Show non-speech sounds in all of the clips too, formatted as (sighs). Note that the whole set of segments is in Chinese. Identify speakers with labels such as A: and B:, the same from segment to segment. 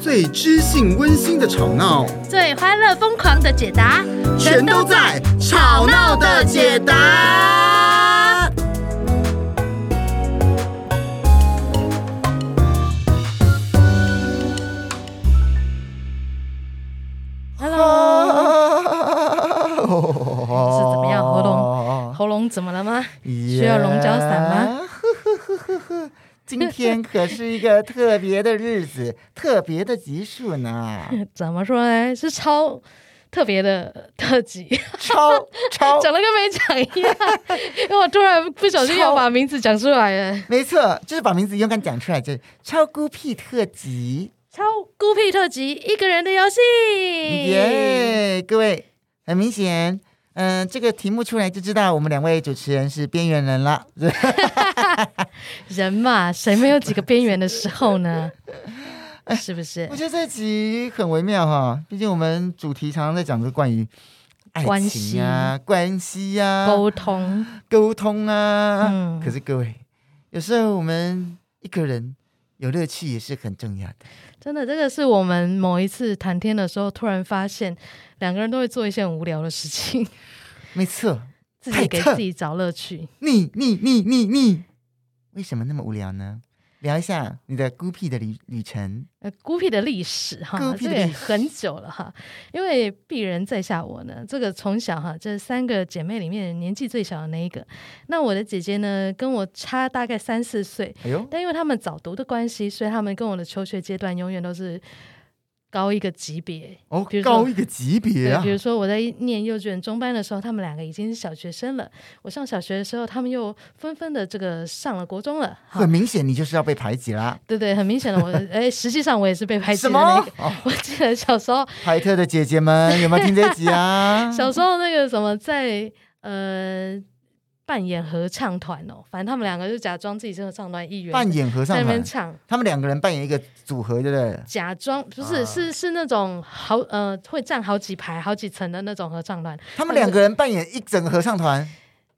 A: 最知性温馨的吵闹，
B: 最欢乐疯狂的解答，
A: 全都在《吵闹的解答》。哦
B: Hello，
A: 是
B: 怎么样喉
A: 哦咙
B: 喉咙怎么了吗？ (laughs) 需要龙角散吗？
A: 今天可是一个特别的日子，特别的集数
B: (laughs)
A: 呢，
B: 怎么说呢？是超特别的特辑，
A: 超
B: (laughs)
A: 超
B: 讲了跟没讲一 (laughs) 样，因为我突然不小心要把名字讲出来了。
A: 没错，就是把名字勇敢讲出来，就是超孤僻特辑，
B: 超孤僻特辑，一个人的游戏。
A: 耶、各位，很明显，嗯、这个题目出来就知道我们两位主持人是边缘人了。
B: 人嘛，谁没有几个边缘的时候 (laughs) 呢？是不是
A: 我？觉得这集很微妙哈，毕竟我们主题常常在讲这关于爱情啊、关系啊、
B: 沟通，
A: 沟通啊。
B: 嗯
A: 可是各位，有时候我们一个人有乐趣也是很重要的。
B: 真的，这个是我们某一次谈天的时候，突然发现两个人都会做一些很无聊的事情，
A: 没错，
B: 自己给
A: 太特
B: 自己找乐趣。
A: 你你你你你，为什么那么无聊呢？聊一下你的孤僻的旅旅程。
B: 呃，孤僻的历史
A: 孤
B: 哈，
A: 僻
B: 这
A: 的
B: 个也
A: 历史
B: 很久了哈。因为鄙人在下我呢，这个从小哈，这三个姐妹里面年纪最小的那一个。那我的姐姐呢，跟我差大概三四岁，
A: 哎呦，
B: 但因为他们早读的关系，所以他们跟我的求学阶段永远都是高一个级别。
A: 哦
B: 比，如说
A: 高一个级别
B: 对，
A: 啊
B: 比！如说我在念幼稚园中班的时候，他们两个已经是小学生了；我上小学的时候，他们又纷纷的这个上了国中了。好
A: 很明显，你就是要被排挤啦。
B: 对对，很明显的我， (laughs) 哎，实际上我也是被排挤
A: 什
B: 的那
A: 么
B: 个。？
A: 哦，
B: (laughs) 我记得小时候，？
A: 排特的姐姐们有没有听这集啊
B: (laughs) 小时候那个什么在呃扮演合唱团哦，反正他们两个就假装自己是合唱团一员，
A: 扮演合唱
B: 在那
A: 团
B: 边，唱。
A: 他们两个人扮演一个组合，对不
B: (laughs)
A: 对？
B: 假装不是、
A: 啊
B: 是是那种好呃会站好几排好几层的那种合唱团，
A: 他们两个人扮演一整个合唱团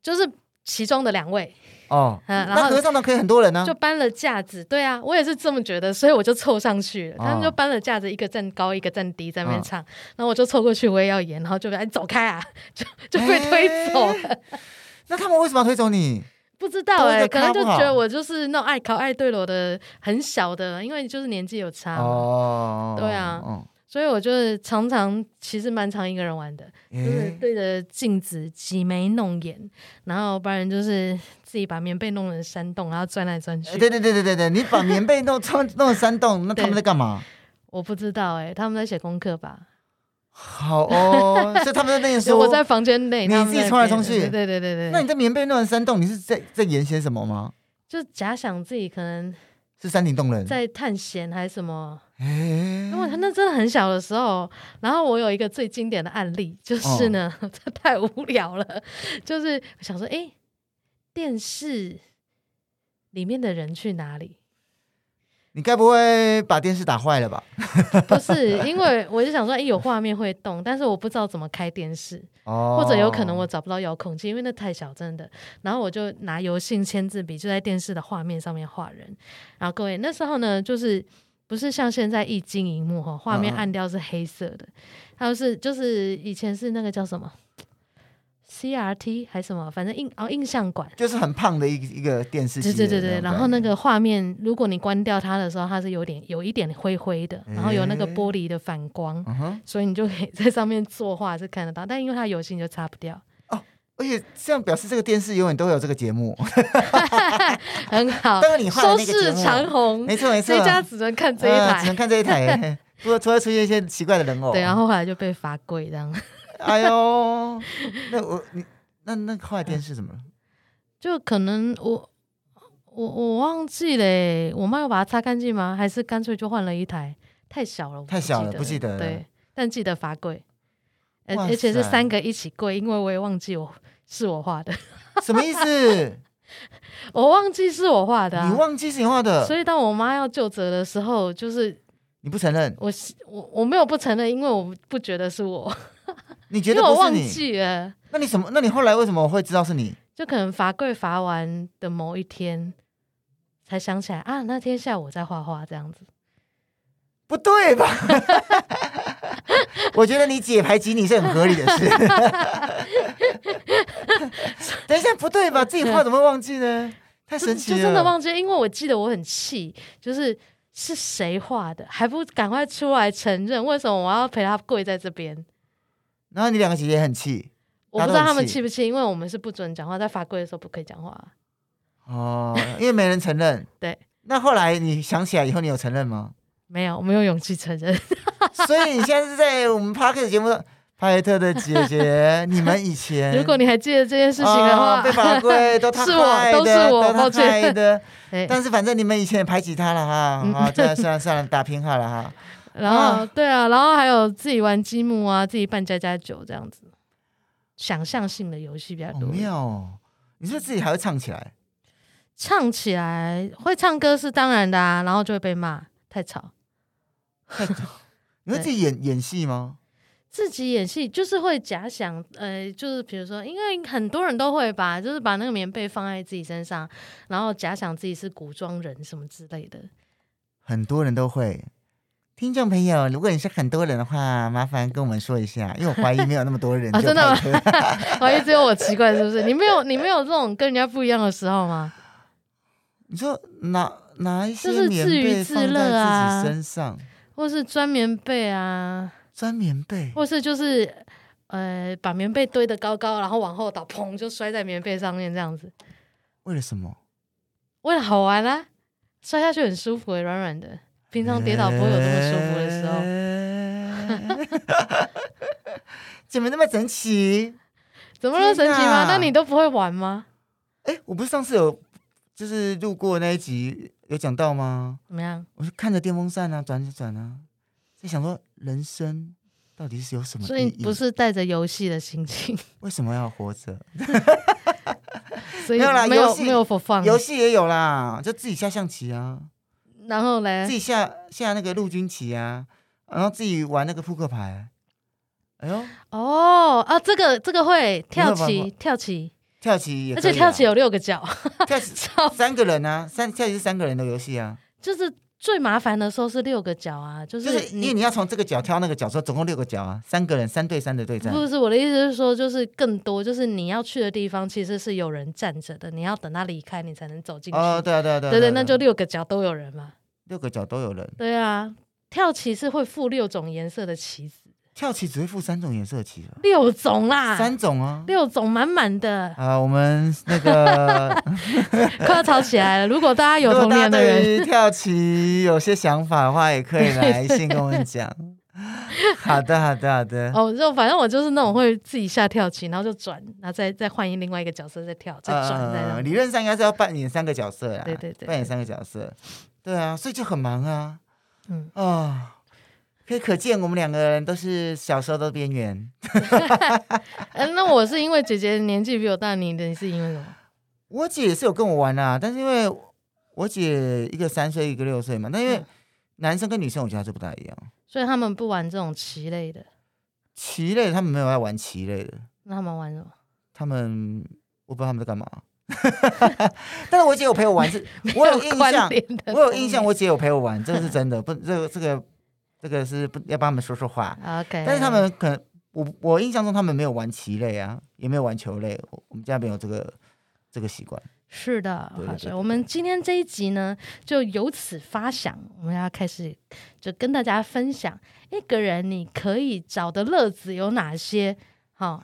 B: 就是其中的两位，
A: 哦。
B: 嗯，然
A: 那合
B: 后
A: 唱团可以很多人呢
B: 就，搬了架子。对啊，我也是这么觉得，所以我就凑上去了。
A: 啊
B: 他们就搬了架子，一个站高，一个站低，在那边
A: 啊
B: 唱。然后我就凑过去，我也要演，然后就被哎你走开啊，就就被
A: 哎
B: 推走了。
A: (laughs) 那他们为什么要推走你？
B: 不知道
A: 多
B: 哎、
A: 一个
B: 可能
A: 咖
B: 就
A: 不好
B: 觉得我就是那种爱考爱对了的很小的，因为就是年纪有差嘛，
A: 哦，
B: 啊对啊
A: 哦，
B: 所以我就是常常其实蛮常一个人玩的。就是
A: 诶
B: 对着镜子挤眉弄眼，然后不然就是自己把棉被弄成山洞，然后钻来钻去。
A: 哎对对对对对对，你把棉被弄弄弄山洞，那他们在干嘛？
B: 我不知道哎、他们在写功课吧？
A: 好
B: (laughs)
A: 哦，所以他们在念
B: 所以
A: 书。
B: 我在房间内，
A: 你
B: 他们在
A: 自己冲来冲去
B: 别的对对对对
A: 那
B: 对，
A: 你在棉被弄成山洞，你是在在演些什么吗？
B: 就假想自己可能
A: 是山顶洞人？
B: 在探险还是什么。
A: 诶
B: 因为他那真的很小的时候，然后我有一个最经典的案例，
A: 哦
B: 就是呢， (laughs) 这太无聊了，就是想说，哎、电视里面的人去哪里？
A: 你该不会把电视打坏了吧？
B: 不是，因为我就想说，哎、有画面会动，但是我不知道怎么开电视，
A: 哦，
B: 或者有可能我找不到遥控器，因为那太小，真的。然后我就拿油性签字笔，就在电视的画面上面画人。然后各位，那时候呢，就是不是像现在一晶荧幕哈，画面
A: 嗯嗯
B: 暗掉是黑色的，还有是就是以前是那个叫什么 CRT 还是什么，反正印哦印象馆。
A: 就是很胖的一个一个电视机的
B: 对对
A: 种概念。
B: 对对，然后那个画面，如果你关掉它的时候，它是有点有一点灰灰的，然后有那个
A: 诶
B: 玻璃的反光，
A: 嗯哼，
B: 所以你就可以在上面作画是看得到，但因为它油性就擦不掉，
A: 而且这样表示这个电视永远都会有这个节目，
B: 嗯 (laughs) 很好
A: 当，然你画的
B: 收
A: 那个节
B: 视
A: 目
B: 长虹，
A: 没错没错，
B: 谁家只能看这一
A: 呃只
B: 台
A: 能。哦看这一
B: (laughs)
A: 台，不过突然出现一些奇怪的人偶。
B: 对，然后后来就被罚跪这样， (laughs)
A: 哎呦，那我你那那后来电视怎么了？
B: 就可能我我我忘记了欸，我妈有把它擦干净吗？还是干脆就换了一台？太小了，我
A: 太小了
B: 得
A: 不记得了
B: 对，但记得罚跪，而
A: 哇
B: 而且是
A: 塞
B: 三个一起跪，因为我也忘记我是我画的， (laughs)
A: 什么意思？
B: 我忘记是我画的、啊，
A: 你忘记是你画的，
B: 所以当我妈要就责的时候，就是
A: 你不承认？
B: 我是我我没有不承认，因为我不觉得是我，
A: 你觉
B: 因
A: 得
B: 为我
A: 不是
B: 忘
A: 你？
B: 记了，
A: 那你什么？那你后来为什么会知道是你？
B: 就可能罚跪罚完的某一天才想起来啊，那天下午我在画画这样子，
A: 不对吧？ (laughs) 我觉得你姐排挤你是很合理的
B: (laughs)
A: 事。等一下，不对吧？自己话怎么会忘记呢？太神奇
B: 就
A: 了！
B: 真的忘记，因为我记得我很气，就是是谁画的，还不赶快出来承认？为什么我要陪他跪在这边？
A: 然后你两个姐姐很气
B: 我不知道他们气不气，因为我们是不准讲话，在法规的时候不可以讲话。啊
A: 哦，因为没人承认。
B: 对。
A: 那后来你想起来以后，你有承认吗？
B: 没有，我没有勇气承认。
A: 所以你现在是在我们 p a r k 节目上，派特的姐姐，你们以前
B: (laughs) 如果你还记得这件事情的
A: 哎哦
B: 话，
A: 被罚跪都他
B: (laughs) 是我
A: 害的，
B: 都是
A: 都
B: 我
A: 他
B: 抱歉
A: 害的。
B: 哎
A: 但是反正你们以前也排挤他了
B: 嗯
A: 哈，好，这样算了
B: (laughs)
A: 算了，打平好了哈。
B: 然后、
A: 啊
B: 对啊，然后还有自己玩积木啊，自己办家家酒这样子，想象性的游戏比较
A: 好
B: 多。
A: 妙哦！你是不是自己还会唱起来？
B: 唱起来会唱歌是当然的啊，然后就会被骂太吵。
A: 你会自己演演戏吗？
B: 自己演戏就是会假想，呃，就是比如说，因为很多人都会吧，就是把那个棉被放在自己身上，然后假想自己是古装人什么之类的。 (laughs)
A: 很多人都会。听众朋友，如果你是很多人的话，麻烦跟我们说一下，因为我怀疑没有那么多人
B: (laughs) 啊
A: 就
B: 真的吗
A: 派特
B: 怀疑只有我奇怪是不是？你没有你没有这种跟人家不一样的时候吗？
A: 你说拿拿一
B: 就
A: 些
B: 是
A: 棉
B: 自娱
A: 被
B: 自
A: 放
B: 乐
A: 在自
B: 啊
A: 己身上，
B: 或是钻棉被啊，
A: 钻棉被，
B: 或是就是呃把棉被堆得高高，然后往后倒，砰就摔在棉被上面这样子，
A: 为了什么？
B: 为了好玩啊，摔下去很舒服、欸，软软的。平常跌倒不会有这么舒服的时
A: 哎
B: 候，
A: 候。哎 (laughs) 怎么那么神奇？
B: 怎么那么神奇
A: 天哪
B: 吗？那你都不会玩吗？
A: 哎，我不是上次有就是路过那一集有讲到吗？
B: 怎么样？
A: 我就看着电风扇啊转着转啊，在想说人生到底是有什么
B: 所
A: 意
B: 以
A: 义？
B: 不是带着游戏的心情， (laughs)
A: 为什么要活着？
B: 所以
A: 没有啦
B: 没
A: 游
B: 有
A: 戏
B: 没有 for fun
A: 游戏也有啦，就自己下象棋啊，
B: 然后嘞
A: 自，己下下那个陆军棋啊，然后自己玩那个扑克牌。啊哎呦，
B: 哦啊，这个这个会跳
A: 有没有玩
B: 棋，跳棋，
A: 跳棋也
B: 而
A: 可以
B: 且
A: 啊
B: 跳棋有六个角， (laughs)
A: 跳棋
B: 超
A: 三个人啊，三跳棋是三个人的游戏啊，
B: 就是最麻烦的时候是六个角啊，就
A: 就是
B: 是
A: 因为你要从这个角挑那个角，说总共六个角啊，三个人三对三的对战。
B: 不是我的意思是说，就是更多，就是你要去的地方其实是有人站着的，你要等他离开，你才能走进去。
A: 哦，对啊，对啊，对啊，
B: 对
A: 对
B: 对，
A: 啊，
B: 那就六个角都有人嘛。
A: 六个角都有人。
B: 对啊，跳棋是会附六种颜色的棋子，
A: 跳棋只会附三种颜色的棋了，
B: 六种啦，
A: 三种啊。
B: 六种满满的，
A: 啊、我们那个
B: 快要吵起来了。如果大家 (laughs) 有
A: 如果
B: 童
A: 大家
B: 年的
A: 对
B: 人，
A: 于跳棋有些想法的话，也可以来信跟我们讲。好的，好的，好的。
B: 哦，就反正我就是那种会自己下跳棋，然后就转，然后再再换另外一个角色再跳，再转再
A: 呃，
B: 那样。
A: 理论上应该是要扮演三个角色啦，
B: 对对对
A: 扮演三个角色，对啊，所以就很忙啊，
B: 嗯
A: 啊、可以可见我们两个人都是小时候都边缘。
B: 嗯，那我是因为姐姐年纪比我大，你的你是因为什么？
A: 我姐也是有跟我玩啊，但是因为我姐一个三岁，一个六岁嘛，那因为
B: 嗯
A: 男生跟女生我觉得就不大一样，
B: 所以他们不玩这种棋类的，
A: 棋类他们没有在玩棋类的，
B: 那他们玩什么？
A: 他们我不知道他们在
B: (laughs)
A: 干嘛。但是我姐有陪我玩，是我
B: (laughs)
A: 有印
B: 关
A: 象，
B: 联的
A: 我有印象，
B: 东
A: 我姐有陪我玩，这个是真的，不，这个这个这个是不要帮他们说说话
B: 西。OK，
A: 但是他们可能，我我印象中他们没有玩棋类啊，也没有玩球类，我我们家没有这个这个习惯。
B: 是的，
A: 对对
B: 好
A: 对对
B: 的。我们今天这一集呢，就由此发想，我们要开始就跟大家分享一个人你可以找的乐子有哪些。好、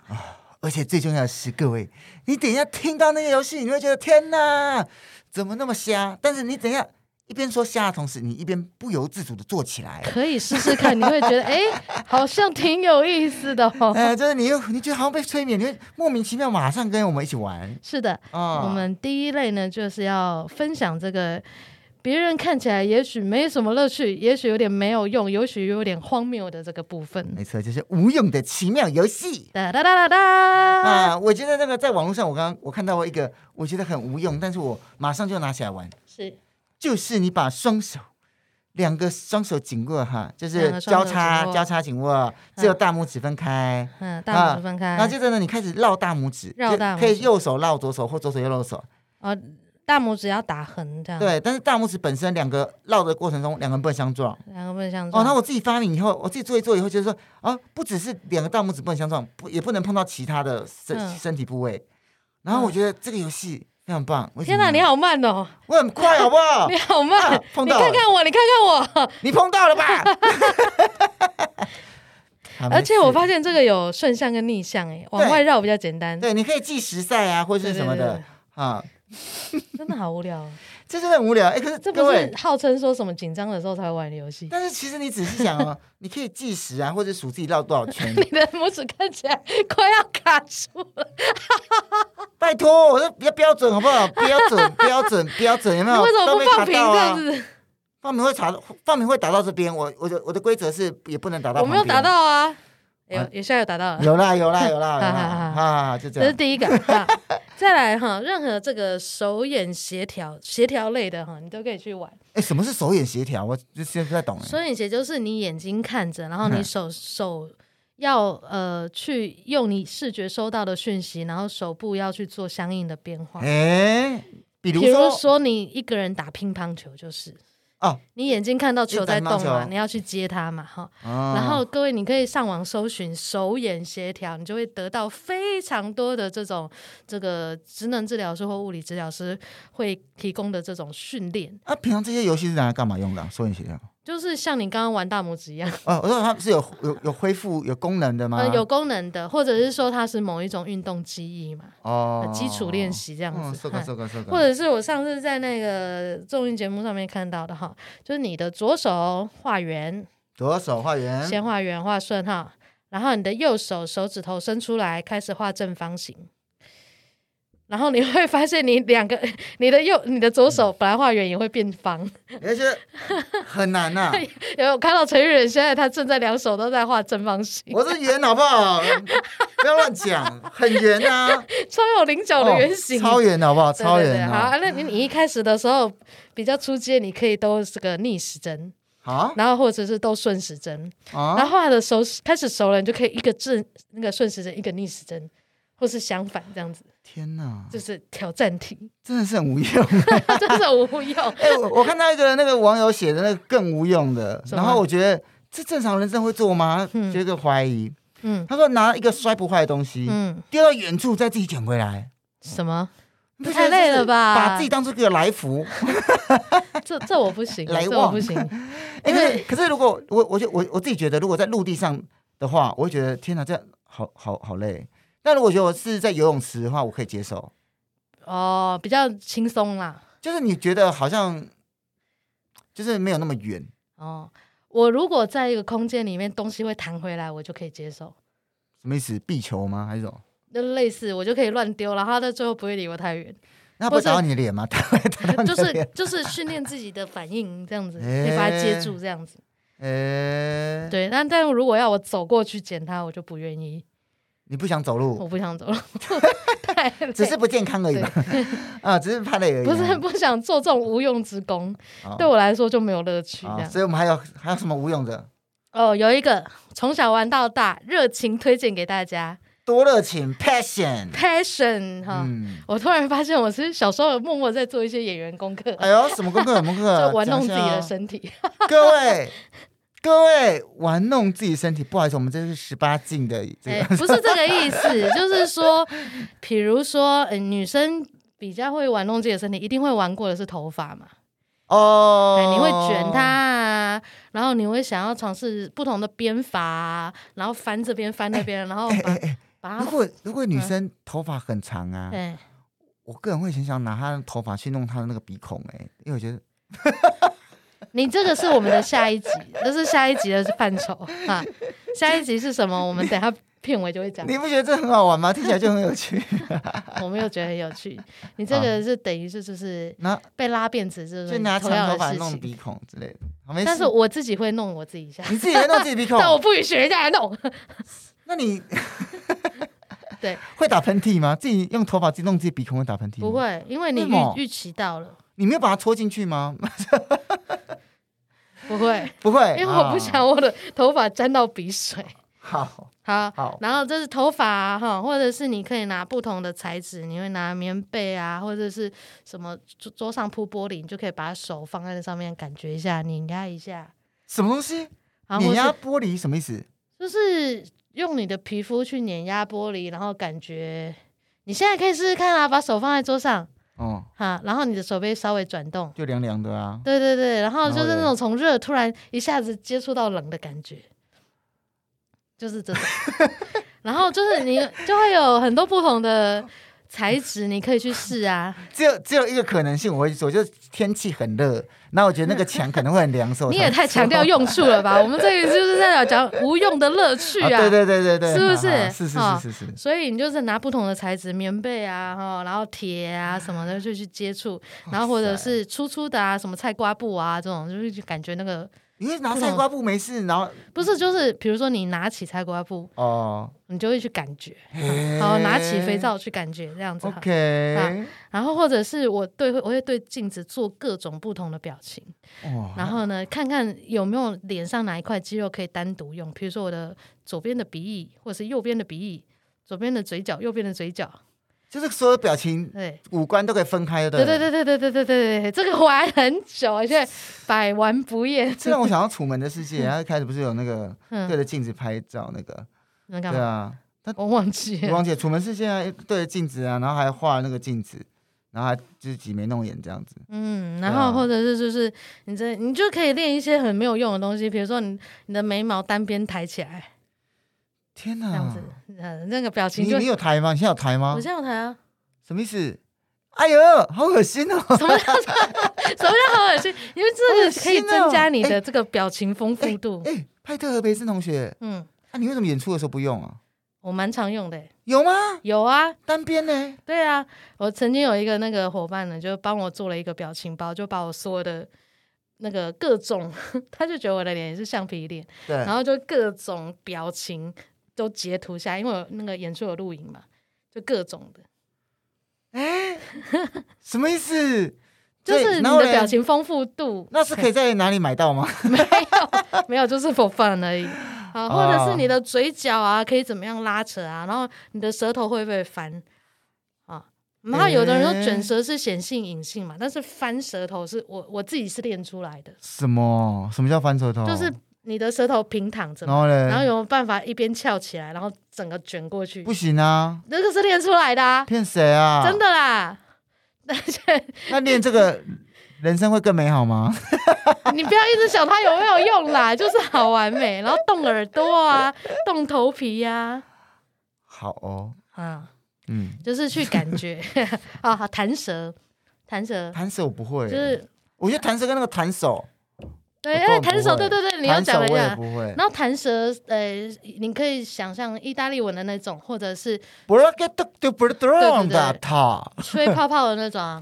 A: 而且最重要的是，各位，你等一下听到那个游戏，你会觉得天哪，怎么那么瞎？但是你等一下一边说瞎的同时，你一边不由自主的做起来。
B: 可以试试看，你会觉得哎、好像挺有意思的哦。 (laughs)
A: 呃，就是你又你觉得好像被催眠，你会莫名其妙马上跟我们一起玩
B: 是的，
A: 啊。
B: 我们第一类呢，就是要分享这个别人看起来也许没什么乐趣，也许有点没有用，也许有点荒谬的这个部分。
A: 没错，就是无用的奇妙游戏。
B: 哒哒哒哒哒，
A: 啊，我觉得那个在网络上，我刚刚我看到过一个，我觉得很无用，但是我马上就拿起来玩。
B: 是
A: 就是你把双手，两个双手紧握哈，就
B: 两
A: 是
B: 个
A: 交
B: 双手紧
A: 叉
B: 握
A: 交叉紧握，只有大拇指分开，
B: 嗯，大拇
A: 啊
B: 指分开，
A: 然后接着呢，你开始绕大拇指，
B: 绕
A: 就
B: 大拇
A: 可以
B: 指
A: 右手绕左手或左手右手，
B: 哦，大拇指要打横这样，，
A: 对，但是大拇指本身两个绕的过程中，两个人不能相撞。
B: 两个不能相
A: 哦，
B: 撞。
A: 那我自己发明以后，我自己做一做以后，就是说，啊，不只是两个大拇指不能相撞，不也不能碰到其他的身、
B: 嗯
A: 身体部位。然后我
B: 嗯
A: 觉得这个游戏非常棒。为什
B: 天
A: 么
B: 哪，
A: 呢
B: 你好慢哦，
A: 我很快，好不好
B: (laughs) 你？好慢，
A: 啊碰
B: 你
A: 到
B: 看
A: 了啊
B: 看我，你看看我，
A: 你碰到了吧？ (laughs) 好没
B: 而且我
A: 事
B: 发现这个有顺向跟逆向，哎，往
A: 对
B: 外绕比较简单，
A: 对，你可以计时赛啊，或者
B: 对
A: 是什么，的
B: 对
A: 啊，
B: 对真的好无聊
A: (laughs)
B: 哦。
A: 这真的很无聊。哎，可是
B: 这
A: 各
B: 不
A: 位
B: 是，号称说什么紧张的时候才会玩的游戏？ (laughs)
A: 但是其实你仔细想哦，你可以计时啊，或者数自己绕多少圈。
B: 你的拇指看起来快要卡住了，
A: 拜托，我说比较标准好不
B: (laughs)
A: 好？标准，标准，标准，有没
B: 你
A: 有？
B: 为什么
A: 都没
B: 不放
A: 卡
B: 平
A: 到
B: 这样
A: 啊？
B: 子？
A: 放平会打到，放平会打到这边。我我的我的规则是也不能打到。
B: 我没有打。到啊，
A: 啊
B: 有有现在有打到了。
A: 有啦有啦有
B: (laughs)
A: 啦有啦
B: 哈哈哈
A: 啊！就这
B: 这是
A: 样。
B: 第一个，哈再来哈，任何这个手眼协调、协调类的哈，你都可以去玩。
A: 哎，什么是手眼协调？我就现在不太懂哎。
B: 手眼协就是你眼睛看着，然后你
A: 嗯
B: 手手要呃去用你视觉收到的讯息，然后手部要去做相应的变化。
A: 哎，比如
B: 比如
A: 说，
B: 说你一个人打乒乓球就是。
A: 哦
B: 你眼睛看到球在动
A: 一直打乒
B: 嘛
A: 乓，球嗯
B: 你要去接它嘛，哈。
A: 然
B: 然后各位，你可以上网搜寻手眼协调，你就会得到非常多的这种这个职能治疗师或物理治疗师会提供的这种训练，
A: 啊，平常这些游戏是拿来干嘛用的啊？手眼协调。
B: 就是像你刚刚玩大拇指一样，
A: 哦，我说它是有有有恢复有功能的吗？
B: 呃，有功能的，或者是说它是某一种运动记忆嘛，
A: 哦
B: 呃，基础练习这
A: 这
B: 样
A: 嗯，
B: 子。
A: 这个
B: 嗯
A: 这个这个，
B: 或者是我上次在那个综艺节目上面看到的哈，就是你的左手画圆，
A: 左手画圆，
B: 先画圆画顺哈，然后你的右手手指头伸出来，开始画正方形。然后你会发现，你两个， (laughs) 你的右，你的左
A: 嗯
B: 手本来画圆也会变方。
A: 而且很难
B: (laughs)
A: 呐、
B: 有我看到陈玉仁现在他正在两手都在画正方形，
A: 我是圆好不好？不要乱讲，很圆
B: (laughs)
A: 啊，
B: 超有菱角的圆形，
A: 哦超圆好不好？
B: 对对对
A: 超圆
B: 好，
A: 啊！
B: 啊那你你一开始的时候比较初阶，你可以都是个逆时针，
A: 啊
B: 然后或者是都顺时针，然
A: 啊！
B: 后后来的熟开始熟了，你就可以一个正那个顺时针，一个逆时针，或是相反这样子，
A: 天哪，
B: 就是挑战题， (laughs)
A: 真的是很无用。
B: 真是无用。
A: 哎、我我看到一个那个网友写的那个更无用的，
B: 什么
A: 然后我觉得这正常人真的会做吗？
B: 嗯
A: 有一个怀疑。
B: 嗯
A: 他说拿一个摔不坏的东西、
B: 嗯，
A: 丢到远处，再自己捡回来。
B: 什么？
A: 你不觉得
B: 太累
A: 就是
B: 了吧
A: 把自己当做个来福，
B: 这这我不行，
A: 来
B: 这我
A: 旺
B: 不行。
A: 哎、
B: 因为
A: 可是可是如果我我就我我自己觉得，如果在陆地上的话，我会觉得天哪，这样好好好累。但如果觉得我是在游泳池的话，我可以接受。
B: 哦，比较轻松啦。
A: 就是你觉得好像就是没有那么远
B: 哦，我如果在一个空间里面，东西会弹回来，我就可以接受。
A: 什么意思？壁球吗？还是什么？
B: 就类似，我就可以乱丢，然后它最后不会离我太远。
A: 那不会
B: 不是
A: 打到你的
B: (laughs)
A: 脸吗？打会打到你
B: 就
A: 的
B: 是
A: 脸？ (laughs)
B: 就是训练自己的反应这样子，
A: 哎
B: 可以把它接住这样子。
A: 哎、
B: 对，但但如果要我走过去捡它，我就不愿意，
A: 你不想走路，
B: 我不想走了， (laughs) 太累
A: 只是不健康而已吧？ (laughs) 啊，只是怕累而已啊、
B: 不是不想做这种无用之功，
A: 哦
B: 对我来说就没有乐趣这
A: 啊
B: 样。
A: 所以我们还有还有什么无用的？
B: 哦，有一个从小玩到大，热情推荐给大家
A: 多热情，passion。
B: ，passion 哈。
A: 嗯，
B: 我突然发现，我是小时候有默默在做一些演员功课，
A: 哎呦，什么功课？什么功
B: (laughs)
A: 课？
B: 就玩弄自己
A: 讲一下
B: 的
A: 啊
B: 身体。
A: (laughs) 各位，各位玩弄自己身体，不好意思，我们这是十八禁的这
B: 哎、
A: 个。
B: 不是这个意思， (laughs) 就是说，比如说，嗯、女生比较会玩弄自己的身体，一定会玩过的是头发嘛，
A: (laughs) 哦、
B: 哎，你会卷它啊，然后你会想要尝试不同的编法啊，然后翻这边翻那边，然后
A: (laughs)
B: 把、把
A: 如
B: 它，
A: 果如果女
B: 嗯
A: 生头发很长啊，
B: 哎、
A: 我个人会很想拿她的头发去弄她的那个鼻孔、哎，因为我觉得
B: 你这个是我们的下一集，这是下一集的范畴啊，下一集是什么？我们等一下片尾就会讲。
A: 你不觉得这很好玩吗？听起来就很有
B: (laughs)
A: 趣。
B: 我没有觉得很有趣。你这个是等于是就是
A: 拿
B: 被拉辫子，就是
A: 嗯就拿
B: 同
A: 长
B: 样
A: 头
B: 的
A: 发
B: 事
A: 弄
B: 情。
A: 鼻孔之类的，好没事。
B: 但是我自己会弄我自己一下，
A: 你自己会弄自己鼻孔，
B: (laughs) 但我不允许人家来弄。
A: 那你
B: (laughs) 对，
A: (laughs) 会打喷嚏吗？自己用头发自己弄自己鼻孔会打喷嚏？
B: (laughs) 不，会，因为你
A: 为什么
B: 预预期到了，
A: 你没有把它戳进去吗？ (laughs)
B: 不会，
A: 不会，
B: (laughs) 因为我不
A: 啊
B: 想我的头发沾到鼻水。 (laughs)
A: 好
B: 好，
A: 好，
B: 然后这是头发啊哈、或者是你可以拿不同的材质，你会拿棉被啊，或者是什么桌桌上铺玻璃，你就可以把手放在那上面，感觉一下，拧压一下，
A: 什么东西？
B: 然后
A: 碾
B: 啊或
A: 压
B: 是
A: 玻璃什么意思？
B: 就是用你的皮肤去碾压玻璃，然后感觉你现在可以试试看啊，把手放在桌上
A: 哦，
B: 哈，然后你的手被稍微转动，
A: 就凉凉的啊。
B: 对对对，然后
A: 然后
B: 就是那
A: 嘞
B: 种从热突然一下子接触到冷的感觉，就是这种。 (laughs) 然后就是你就会有很多不同的材质，你可以去试啊。
A: 只有只有一个可能性我会去做，就是天气很热，那我觉得那个墙可能会很凉，所以我
B: 你
A: 才啊
B: 也
A: (laughs) 会
B: 太
A: 做
B: 强调用处了吧？我们这个就是在讲无用的乐趣啊。
A: 对对对对对，
B: 是不是
A: 哈哈是
B: 哦
A: 是是是是，
B: 所以你就是拿不同的材质，棉被啊，哈，然后铁啊什么的就去接触，然后或者是粗粗的啊，什么菜瓜布啊这种，就是去感觉那个
A: 因为拿菜瓜布没事，然后
B: 不是就是比如说你拿起菜瓜布，
A: 哦，
B: 你就会去感觉，
A: 嘿
B: 好，拿起肥皂去感觉这样子哈。啊
A: ，OK，
B: 然后或者是我对我会对镜子做各种不同的表情，
A: 哦，
B: 然后呢，看看有没有脸上哪一块肌肉可以单独用，比如说我的左边的鼻翼，或者是右边的鼻翼，左边的嘴角，右边的嘴角，
A: 就是所有表情
B: 对。
A: 五官都可以分开的，
B: 对对。对对对对对对对，这个我玩很久，而且百玩不厌。
A: 这让我想到《楚门的世
B: (laughs)
A: 界》，然后啊一开始不是有那个对
B: 嗯，
A: 着镜子拍照那个，
B: 能干
A: 对
B: 嘛？
A: 啊，
B: 我忘记
A: 我
B: 了。
A: 忘记了《楚门世界》啊，对着镜子啊，然后还画那个镜子，然后还就是挤眉弄眼这样子，
B: 嗯，然
A: 对啊
B: 后或者是就是你这你就可以练一些很没有用的东西，比如说你你的眉毛单边抬起来，
A: 天
B: 这样
A: 哪
B: 子！，呃，那个表情
A: 你
B: 就
A: 你有抬吗？你现在有抬吗
B: 我？这样抬啊， (laughs)
A: 什么意思？哎呦，好恶心哦！
B: 什么叫什么叫好恶心？因为这个可以增加你的这个表情丰富度。
A: (laughs) 哦哎、派特和培森同学，
B: 嗯，
A: 啊，你为什么演出的时候不用啊？
B: 我蛮常用的欸、
A: 有吗？
B: 有啊，
A: 单边呢？
B: 对啊，我曾经有一个那个伙伴呢，就帮我做了一个表情包，就把我所有的那个各种， (laughs) 他就觉得我的脸也是橡皮脸，
A: 对，
B: 然后就各种表情都截图下来，因为我那个演出有录影嘛，就各种的， (laughs)
A: 哎、什么意思？
B: 就是
A: 对
B: 你
A: 然后
B: 的
A: 嘞
B: 表情丰富度。
A: 那是可以在哪里买到吗？
B: (laughs) 没有，没有，就是 for fun 而已。好，或者是
A: 哦
B: 你的嘴角啊，可以怎么样拉扯啊？然后你的舌头会不会翻啊？然后有的人说
A: 诶
B: 卷舌是显性隐性嘛，但是翻舌头是我我自己是练出来的，
A: 什么？什么叫翻舌头？
B: 就是你的舌头平躺着
A: 然
B: 嘛，
A: 后嘞，
B: 然后有没有办法一边翘起来，然后整个卷过去
A: 不，行啊，
B: 那个是练出来的、啊，
A: 骗谁啊？
B: 真？的啦。而且
A: 那练这
B: (laughs)
A: 个，人生会更美好吗？
B: 你不要一直想它有没有用啦，就是好玩美，然后动耳朵啊，动头皮呀、
A: 好哦，
B: 啊，嗯。
A: 嗯，
B: 就是去感觉啊，好弹舌，弹舌
A: 弹舌我不会，
B: 就是
A: 我觉得弹舌跟那个弹手，
B: 对，
A: 我
B: 哎，
A: 根本
B: 弹
A: 哦不会
B: 舌，对对对，你要
A: 弹手
B: 讲了一
A: 我也
B: 下。
A: 不会。
B: 然后弹舌，呃，你可以想象意大利文的那种，或者是
A: 不要给都都不是都让的他，
B: 吹泡泡的那种啊，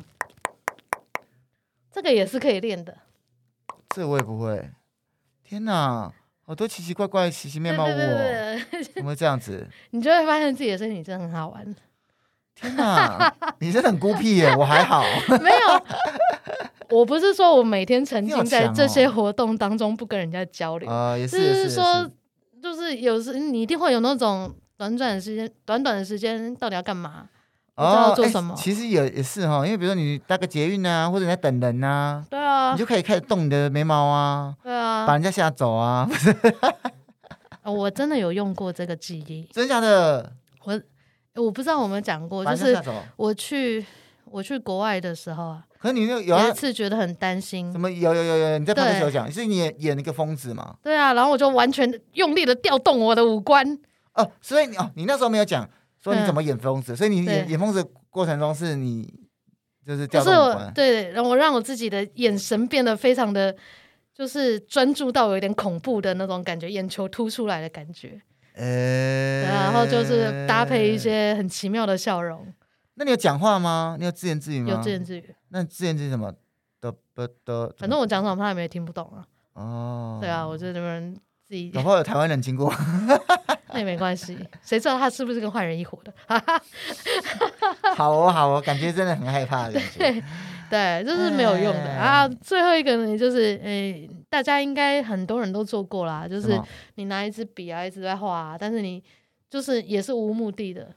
B: 这个也是可以练的。
A: 这我也不会。天哪，好多奇奇怪怪、奇奇
B: 对
A: 妙妙
B: 对对
A: 我，
B: 对，对
A: 怎么会这样子？
B: 你就会发现自己的身体真的很好玩。
A: 天哪，你真的很孤僻
B: (laughs)
A: 耶，我还好。
B: 没有，我不是说我每天沉
A: 你
B: 浸
A: 好
B: 在
A: 强
B: 这
A: 哦
B: 些活动当中不跟人家交流，
A: 啊，也
B: 就是
A: 也
B: 是
A: 也
B: 说，就是有时你一定会有那种短短的时间，短短的时间到底要干嘛？不知道
A: 哦，
B: 做
A: 哎
B: 什么
A: 其实也也是哈，因为比如说你搭个捷运啊，或者你在等人啊，
B: 对啊
A: 你，就可以开始动你的眉毛啊，
B: 对
A: 把
B: 啊，
A: 人家吓走啊， (laughs)
B: 呃我真的有用过这个记忆，
A: 真的假的？
B: 我我不知道我们讲过，
A: 把
B: 就
A: 人家
B: 是
A: 吓走。
B: 我去我去国外的时候啊，
A: 可是你那个有啊
B: 有一？次觉得很担心
A: 什，么有有有有？你在旁边
B: 对
A: 有讲，是你演演那个疯子嘛？
B: 对啊，然后我就完全用力的调动我的五官，
A: 哦，所以你哦，你那时候没有讲说你怎么演疯子，所以你
B: 嗯对
A: 演演疯子的过程中是你就是
B: 就
A: 调
B: 是
A: 动五
B: 我
A: 官，
B: 对，让我让我自己的眼神变得非常的。就是专注到有一点恐怖的那种感觉，眼球凸出来的感觉，
A: 呃
B: 然后就是搭配一。些很奇妙的笑容，
A: 那你有讲话吗？你有自言自语吗？
B: 有自言自语。
A: 那自言自语什么？的不的，
B: 反正我讲什么他也没听不懂啊。
A: 哦，
B: 对啊，我就那边自己
A: 搞不好有台湾人经
B: (laughs)
A: 过，
B: 那也没关系，谁知道他是不是跟坏人一伙的？ (laughs)
A: 好哦好哦，感觉真的很害怕的感觉。哎
B: 对，这是没有用的啊。最后一个呢，就是诶、大家应该很多人都做过啦，就
A: 就是
B: 你拿一支笔啊，一直在画、啊，但是你就是也是无目的的，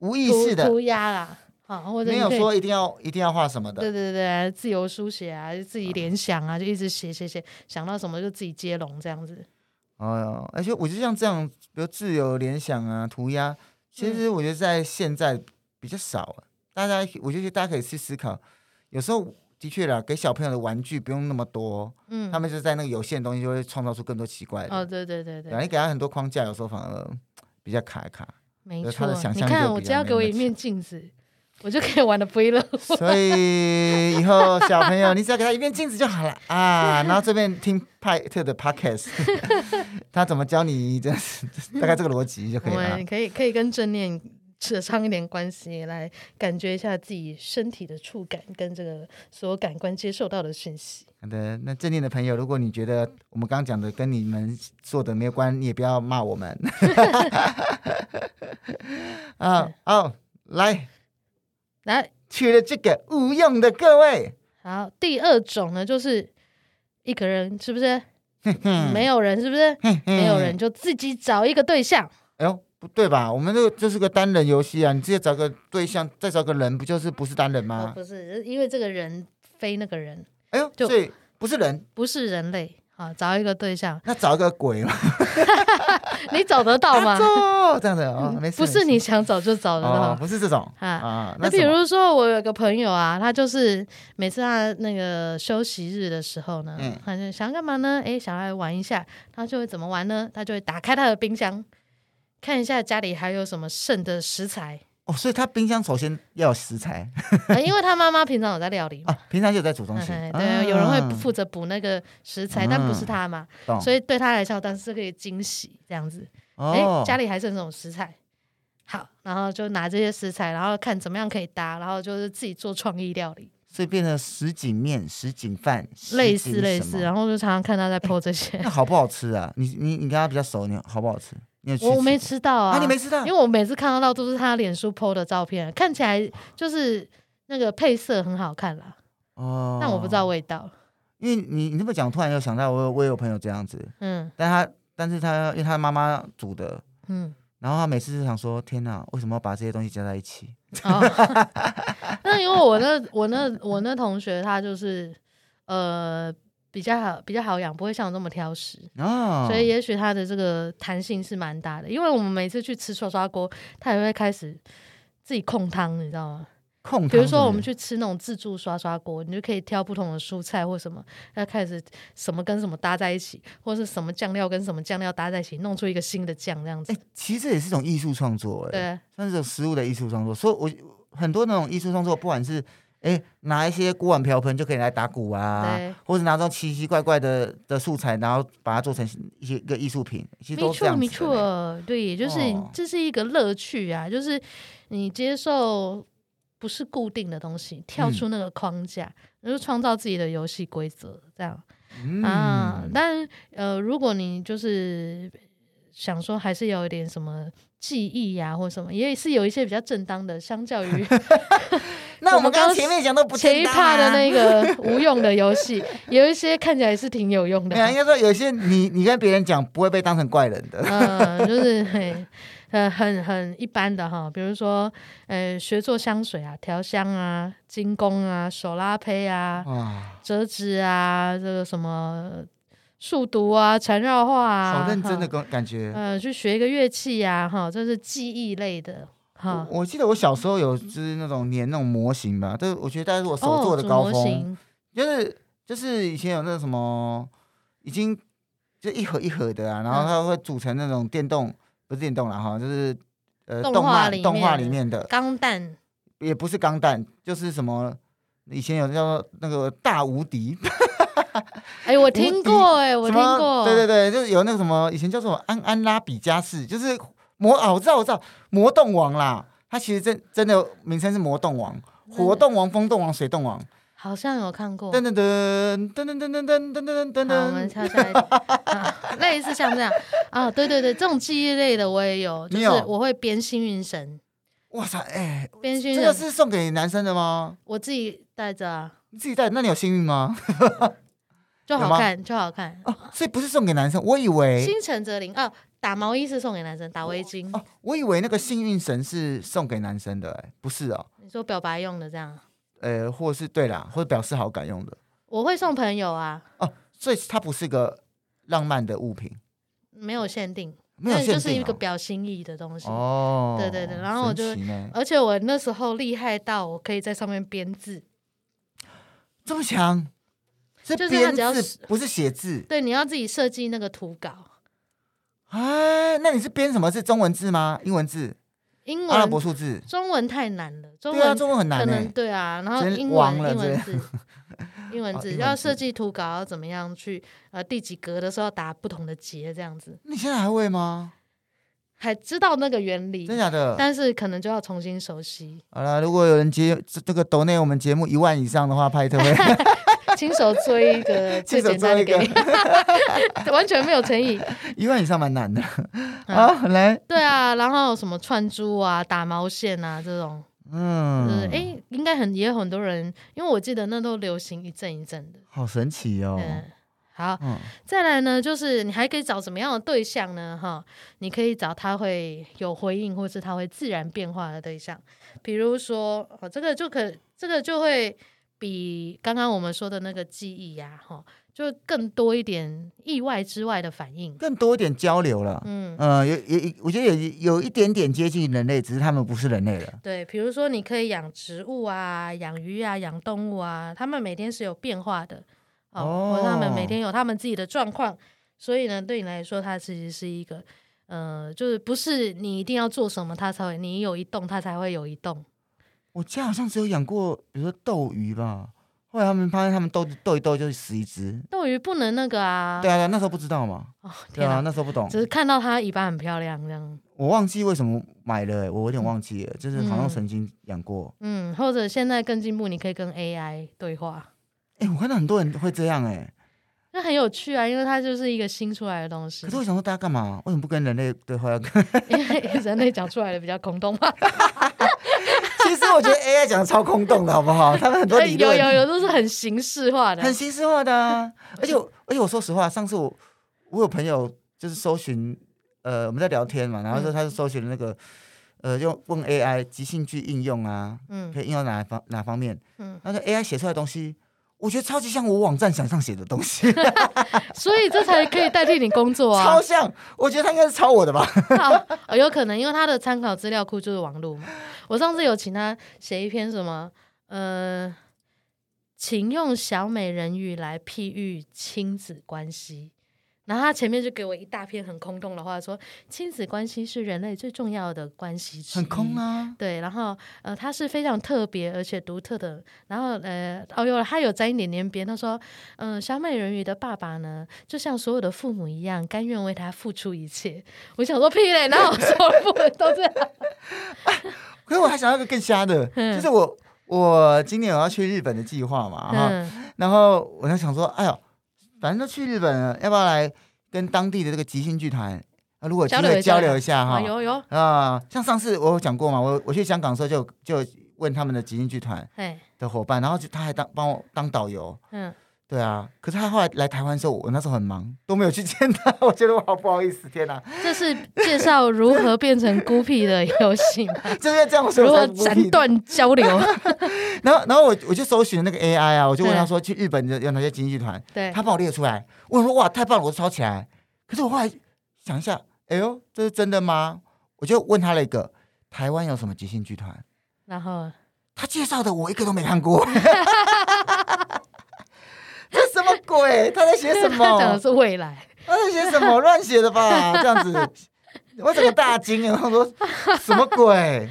A: 无意
B: 涂
A: 识的，
B: 涂鸦啦，啊，或者
A: 没
B: 你
A: 有
B: 可以
A: 说一定要一定要画什么
B: 对
A: 的，
B: 对对，自由书写啊，自己联想啊，就一直写写写，想到什么就自己接龙这样子。
A: 哦，而且我就像这样，比如自由联想啊、涂鸦，
B: 嗯
A: 其实我觉得在现在比较少、啊，大家我觉得大家可以去思考，有时候的确啦，给小朋友的玩具不用那么多，
B: 嗯，
A: 他们就在那个有限的东西就会创造出更多奇怪的，
B: 哦，对对对
A: 对啊，
B: 对，
A: 你给他很多框架，有时候反而比较卡卡，
B: 没
A: 就是
B: 错
A: 他的。想
B: 你
A: 象力
B: 看，
A: 就
B: 我
A: 比
B: 只
A: 较
B: 要
A: 没
B: 给
A: 那
B: 我
A: 么
B: 一面镜子， (laughs) 我就可以玩的不亦乐乎。
A: 所以以后小朋友，你只要给他一面镜子就好了啊。然后这边听派特的
B: (laughs)
A: podcast，他怎么教你，这大概这个逻辑就可
B: 我
A: 以了
B: 们。可以可以跟正念扯上一点关系，来感觉一下自己身体的触感跟这个所有感官接受到的讯息。
A: 好的，那正念的朋友，如果你觉得我们刚刚讲的跟你们做的没有关，你也不要骂我
B: (laughs)
A: 们。啊哦，来，
B: 来，
A: 去了这个无用的各位，
B: 好，第二种呢，就是一个人是不是？
A: (laughs)
B: 没有人是不是？没有
A: 嗯
B: 人就自己找一个对象。
A: 哎呦，不对吧？我们这个就是个单人游戏啊，你直接找个对象，再找个人，不就是不是单人
B: 哦，
A: 吗？
B: 不是，因为这个人非那个人
A: 哎呦，
B: 就
A: 所以不是人，
B: 不是人类啊，找一个对象，
A: 那找一个鬼嘛，
B: 你找得
A: (laughs)
B: 到吗？嗯
A: 做啊这样的哦，没事，
B: 不是
A: 没
B: 你
A: 事
B: 想找就找得
A: 哦
B: 到，。
A: 不是这种
B: 啊
A: 啊，
B: 那
A: 那
B: 比
A: 什么
B: 如说，我有一个朋友啊，他就是每次他那个休息日的时候呢，
A: 嗯
B: 他就想干嘛呢？诶，想来玩一下，他就会怎么玩呢？他就会打开他的冰箱，看一下家里还有什么剩的
A: (laughs)
B: 食材，
A: 哦，所以他冰箱首先要有食材
B: 啊因为他妈妈平常有在料理嘛。
A: 啊，平常就有在煮东西
B: 嗯，，
A: 啊
B: 对，有人会负责补那个食材，但不
A: 嗯
B: 是他嘛，
A: 懂
B: 所以对他来说，当时是个惊喜，这样子。哎、
A: 哦，
B: 家里还剩什么食材？好，然后就拿这些食材，然后看怎么样可以搭，然后就是自己做创意料理，
A: 所以变成什锦面、什锦饭，什
B: 类似
A: 锦
B: 类
A: 什么
B: 似。哦然后就常常看他在 PO
A: (laughs)
B: 这些，
A: 那好不好吃啊？你你你跟他比较熟，你好不好吃？你有去
B: 我我没
A: 吃
B: 吃到啊，
A: 啊？你没吃到
B: 因为？我每次看得到都是他脸书 PO 的照片，看起来就是那个配色很好看啦，
A: 哦，
B: 但我不知道味道。
A: 因为你你这么讲，突然又想到我有我也有朋友这样子，
B: 嗯
A: 但他但是他因为他妈妈煮的，
B: 嗯，
A: 然后他每次就想说天哪，为什么要把这些东西加在一起？
B: 哦， (laughs) 那因为我那我那我那同学他就是呃比较好比较好养，不会像我这么挑食。
A: 哦，
B: 所以也许它的这个弹性是蛮大的，因为我们每次去吃涮涮锅，它也会开始自己控汤，你知道吗？
A: 控，
B: 比如说我们去吃那种自助涮涮锅，你就可以挑不同的蔬菜或什么，它开始什么跟什么搭在一起，或是什么酱料跟什么酱料搭在一起，弄出一个新的酱这样子
A: 哎、。其实这也是一种艺术创作、哎，
B: 对，
A: 算是一种食物的艺术创作。所以我很多那种艺术创作，不管是哎、拿一些锅碗瓢盆就可以来打鼓啊
B: 对，
A: 或者拿到奇奇怪怪的的素材，然后把它做成一些一个艺术品，其实
B: 没
A: 都是这样子
B: 错没
A: 的嘞。
B: 错，对，就是
A: 哦
B: 这是一个乐趣啊，就是你接受不是固定的东西，跳
A: 嗯
B: 出那个框架，然后创造自己的游戏规则，这样。
A: 嗯
B: 啊，但呃，如果你就是想说还是有一点什么记忆呀、或什么，也是有一些比较正当的，相较于
A: 那
B: 我
A: 我们
B: 们
A: 刚
B: 刚
A: 刚前面讲 (laughs) 到不
B: 前
A: 正
B: 一
A: 当
B: 趴
A: 啊
B: 的那个无用的游戏，有一些看起来是挺有用的
A: 没有，。啊应该说有些你你跟别人讲不会被当成怪人的，
B: 嗯，就是很呃很很一般的哈，比如说呃学做香水啊、调香啊、精工啊、手拉胚啊、
A: 哇，
B: 折纸啊，这个什么数独啊、缠绕画啊，
A: 好认真的
B: 哈
A: 感感觉。
B: 呃，去学一个乐器呀、哈，这是记忆类的，哈。
A: 我我记得我小时候有就是那种粘那种模型吧，但是我觉得大概是我手
B: 哦，
A: 做的
B: 组
A: 高
B: 模
A: 峰，
B: 型
A: 就是就是以前有那什么，已经就一盒一盒的啊，然后
B: 嗯
A: 它会组成那种电动，不是电动啦哈，就是呃
B: 动
A: 动
B: 画
A: 漫
B: 里
A: 动画
B: 面
A: 里面的，
B: 钢弹，
A: 也不是钢弹，就是什么以前有叫做那个大无敌，
B: 哎、我听过、哎，我
A: (laughs) 什
B: 听
A: 么
B: 过，
A: 对对对，就是有那个什么以前叫什么安安拉比加士，就是魔啊，我知道我知道魔动王啦，它其实真真的名称是魔动王。
B: 真的
A: 活动王、风动王、水动王，
B: 好像有看过。
A: 噔噔噔噔噔噔噔噔噔噔
B: 哦好，我们
A: 噔。
B: 跳下一题，啊类似像这样啊，对对对，这种记忆类的我也有，
A: 你
B: 就是
A: 有
B: 我会编幸运绳，
A: 哇塞，哎、
B: 编幸运
A: 这个
B: 绳
A: 是送给男生的吗？
B: 我自己带着啊， (laughs)
A: 你自己带，那你有幸运吗？
B: 就就
A: 有
B: 好
A: 吗
B: 看就好看。
A: 哦，所以不是送给男生，我以为
B: 心诚则灵哦，打毛衣是送给男生，打围巾、
A: 哦，我以为那个幸运绳是送给男生的、哎，不是哦，
B: 你说表白用的这样，
A: 呃，或是对啦，或者表示好感用的
B: 我会送朋友啊，
A: 哦，所以它不是个浪漫的物品，
B: 没有限定，
A: 没有
B: 但
A: 限定、哦，
B: 就是一个表心意的东西。
A: 哦，
B: 对对对然后我就
A: 神奇呢
B: 而且我那时候厉害到我可以在上面编字，
A: 这么强，这
B: 就是它
A: 编
B: 只要
A: 字
B: 是
A: 不是写字，
B: 对，你要自己设计那个图稿，
A: 哎，那你是编什么？是中文字吗？英文字？
B: 英
A: 阿拉伯
B: 文、
A: 数字？
B: 中文太难了，中
A: 对啊，
B: 文
A: 中文很
B: 可
A: 难
B: 能
A: 哎。
B: 对啊，然后
A: 直接
B: 英文
A: 忘了
B: 英
A: 之类
B: 文
A: 的 (laughs)
B: 字，英文
A: 哦
B: 字
A: 英文
B: 要
A: 字
B: 设计图稿，要怎么样去呃第几格的时候打不同的结，这样子
A: 你现在还会吗？
B: 还知道那个原理
A: 真，假的？
B: 但是可能就要重新熟悉，
A: 好了，如果有人接这这个抖内我们节目一万以上的话，拍特
B: (laughs)
A: 会
B: 亲手做一
A: (laughs)
B: 个
A: 亲
B: 最
A: 手
B: 简单
A: 做
B: 的
A: 一
B: 给
A: 个
B: 你，完全没有诚意。
A: 一万以上蛮难的
B: 嗯
A: 啊。来，
B: 对啊，然后什么串珠啊、打毛线啊这种，就是
A: 嗯，
B: 哎、诶应该很也有很多人，因为我记得那都流行一阵一阵的。
A: 好神奇哦。
B: 嗯，好，
A: 嗯，
B: 再来呢，就是你还可以找什么样的对象呢？哈，你可以找他会有回应，或是他会自然变化的对象，比如说，哦，这个就可，这个就会比刚刚我们说的那个记忆呀、哈，就更多一点意外之外的反应。
A: 更多一点交流了。
B: 嗯，
A: 嗯，有有有，我觉得有有一点点接近人类，只是他们不是人类了。
B: 对，比如说你可以养植物啊、养鱼啊、养动物啊，他们每天是有变化的哦，
A: 哦
B: 或者他们每天有他们自己的状况，所以呢，对你来说，它其实是一个，呃，就是不是你一定要做什么，它才会你有一动，它才会有一动。
A: 我家好像只有养过，比如说斗鱼吧。后来他们发现，他们斗斗一斗就死一只。
B: 斗鱼不能那个啊，
A: 对啊，对啊那时候不知道嘛。
B: 哦
A: 对
B: 天
A: 啊，
B: 哪，
A: 那时候不懂
B: 只，是看到它尾巴很漂亮这样。
A: 我忘记为什么买了、欸，我有点忘记了，就是好
B: 嗯
A: 像曾经养过。
B: 嗯，或者现在更进步，你可以跟 AI 对话，
A: 哎、我看到很多人会这样哎、
B: 那很有趣啊，因为它就是一个新出来的东西
A: 可。是我想说，大家干嘛？为什么不跟人类对话？ (laughs)
B: 因为人类讲出来的比较空洞嘛，
A: 其实我觉得 AI 讲的超空洞的，好不好？他们很多理
B: 哎有
A: 论
B: 有有都是很形式化的，
A: 很形式化的、啊，而且我而且我说实话，上次我我有朋友就是搜寻，呃，我们在聊天嘛，然后说
B: 嗯
A: 他就搜寻那个，呃，用问 AI 即兴剧应用啊，
B: 嗯
A: 可以应用哪方哪方面？
B: 嗯，
A: 那个 AI 写出来的东西，我觉得超级像我网站想上写的东西，
B: 所以这才可以代替你工作
A: (laughs)
B: 啊
A: 超。像。我觉得他应该是抄我的吧？
B: 好 (laughs) 哦有可能因为他的参考资料库就是网络嘛。我上次有请他写一篇什么，呃，请用小美人鱼来譬喻亲子关系。然后他前面就给我一大篇很空洞的话，说亲子关系是人类最重要的关系之一
A: 很空啊，
B: 对，然后呃，它是非常特别而且独特的。然后呃，哦哟，他有沾一点点边，他说，嗯、小美人鱼的爸爸呢，就像所有的父母一样，甘愿为他付出一切。我想说屁嘞，哪有所有父母
A: (laughs)
B: 都这样？
A: 可是我还想要一个更瞎的，
B: 嗯
A: 就是我我今年我要去日本的计划嘛，啊哈、
B: 嗯
A: 然后我就想说，哎呦，反正都去日本了，要不要来跟当地的这个即兴剧团啊？如果有机
B: 交流
A: 会
B: 一下
A: 交流一下
B: 啊，
A: 哈
B: 有有，
A: 啊，像上次我有讲过嘛，我我去香港的时候就就问他们的即兴剧团
B: 哎，
A: 的伙伴，然后就他还当帮我当导游。
B: 嗯，
A: 对啊，可是他后来来台湾的时候，我那时候很忙，都没有去见他， (laughs) 我觉得我好不好意思，天哪、
B: 这是介绍如何变成孤僻的游戏吗？
A: 就是因为 (laughs) 这样说
B: 如
A: 我才
B: 何
A: 不
B: 斩
A: 避
B: 断交
A: (laughs)
B: 流？
A: 然后然后我我就搜寻那个 AI 啊，我就问他
B: 嗯
A: 说去日本有有哪些即兴剧团，
B: 对，
A: 他帮我列出来，我想说哇太棒了，我就抄起来。可是我后来想一下，哎呦，这是真的吗？我就问他了一个台湾有什么即兴剧团，
B: 然后
A: 他介绍的我一个都没看过， (laughs) 这什么鬼？他在写什
B: (laughs) 他讲的
A: 么？
B: 是未来，
A: 他在写什么？乱写的吧？这样子，我整个大惊，我说什么
B: (laughs)
A: 鬼？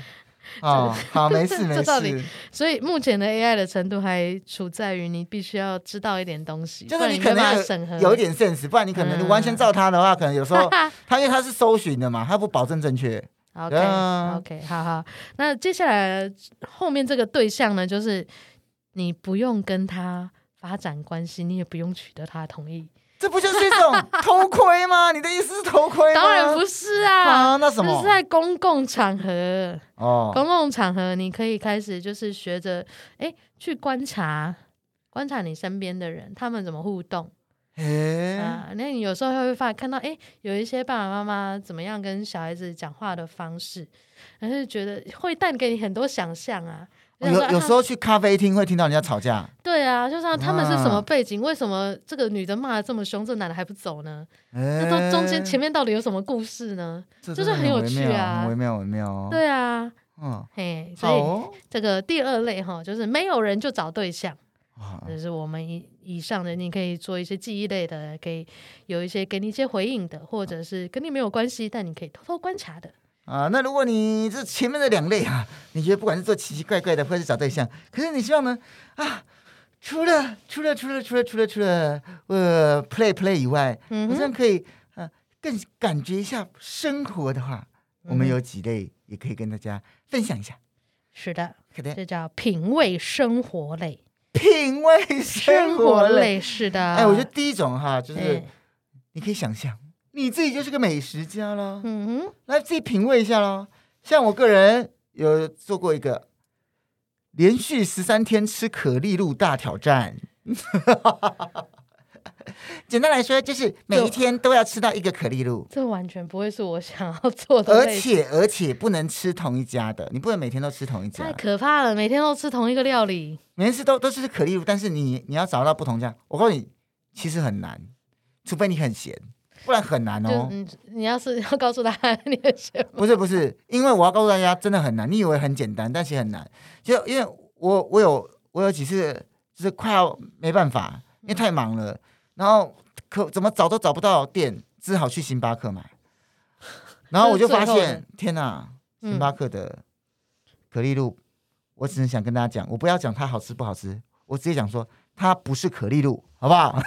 A: 哦，好，没事没
B: 这到底
A: 事，
B: 所以目前的 AI 的程度还处在于你必须要知道一点东西，
A: 就
B: 不
A: 是
B: 然
A: 你
B: 你
A: 可
B: 没办
A: 能
B: 法审核
A: 有有一点 sense，不然你可能
B: 嗯
A: 你完全照他的话，可能有
B: (laughs)
A: 时候
B: 哈
A: 他因为他是搜寻的嘛，他不保证正
B: (laughs)
A: 确。
B: 哈 OK
A: 对啊
B: OK，好好。那接下来后面这个对象呢，就是你不用跟他发展关系，你也不用取得他的同意。
A: 这不就是一种偷窥吗？你的意思是偷窥吗？
B: 当然不是啊，
A: (laughs) 啊，那什
B: 这
A: 么
B: 是？在公共场合。
A: 哦，
B: 公共场合，你可以开始就是学着哎去观察，观察你身边的人，他们怎么互动，
A: 哎、
B: 啊，那你有时候会发看到，哎、有一些爸爸妈妈怎么样跟小孩子讲话的方式，然后就觉得会带给你很多想象啊。就想说
A: 哦有有
B: 啊
A: 时候去咖啡厅会听到人家吵架，
B: 对啊，就像他们是什
A: 哇
B: 么背景？为什么这个女的骂的这么凶，这男的还不走呢？
A: 哎
B: 那都中间前面到底有什么故事呢？
A: 这
B: 就是
A: 真的
B: 很有
A: 微
B: 趣
A: 妙
B: 啊
A: 很微妙微妙哦。，
B: 对啊，
A: 嗯，
B: 嘿，
A: 好
B: 所以
A: 哦，
B: 这个第二类哈，就是没有人就找对象，
A: 哇
B: 就是我们以以上的，你可以做一些记忆类的，可以有一些给你一些回应的，或者是跟你没有关系，但你可以偷偷观察的。
A: 啊，那如果你这前面的两类啊，你觉得不管是做奇奇怪怪的，或是找对象，可是你希望呢啊，除了除了除了除了除了除了呃 play play 以外，
B: 嗯
A: 好
B: 哼，
A: 像可以呃更感觉一下生活的话，我们
B: 嗯
A: 有几类也可以跟大家分享一下。
B: 是的，
A: 可能
B: 这叫品味生活类，
A: 品味生活类，
B: 类啊是的。
A: 哎，我觉得第一种哈，就是
B: 哎
A: 你可以想象你自己就是个美食家了，
B: 嗯哼，
A: 来自己品味一下喽。像我个人有做过一个连续十三天吃可丽露大挑战。 (laughs) 简单来说，就是每一天都要吃到一个可丽露，
B: 这完全不会是我想要做的
A: 而
B: 类型。
A: 且而且不能吃同一家的，你不能每天都吃同一家
B: 太，哎可怕了，每天都吃同一个料理，
A: 每天吃都都是可丽露，但是你你要找到不同家，我告诉你，其实很难，除非你很闲，不然很难
B: 就
A: 哦。
B: 嗯，你要是要告诉他 (laughs) 你的学
A: (laughs) 不是不是，因为我要告诉大家，真的很难。你以为很简单，但其实很难。就因为我我有我有几次就是快要没办法，因为太忙了，然后可怎么找都找不到店，只好去星巴克买。然后我就发
B: 这是最后嗯
A: 现，天哪，星巴克的可丽露，我只能想跟大家讲，我不要讲它好吃不好吃，我直接讲说它不是可丽露，好不
B: (laughs)
A: 好？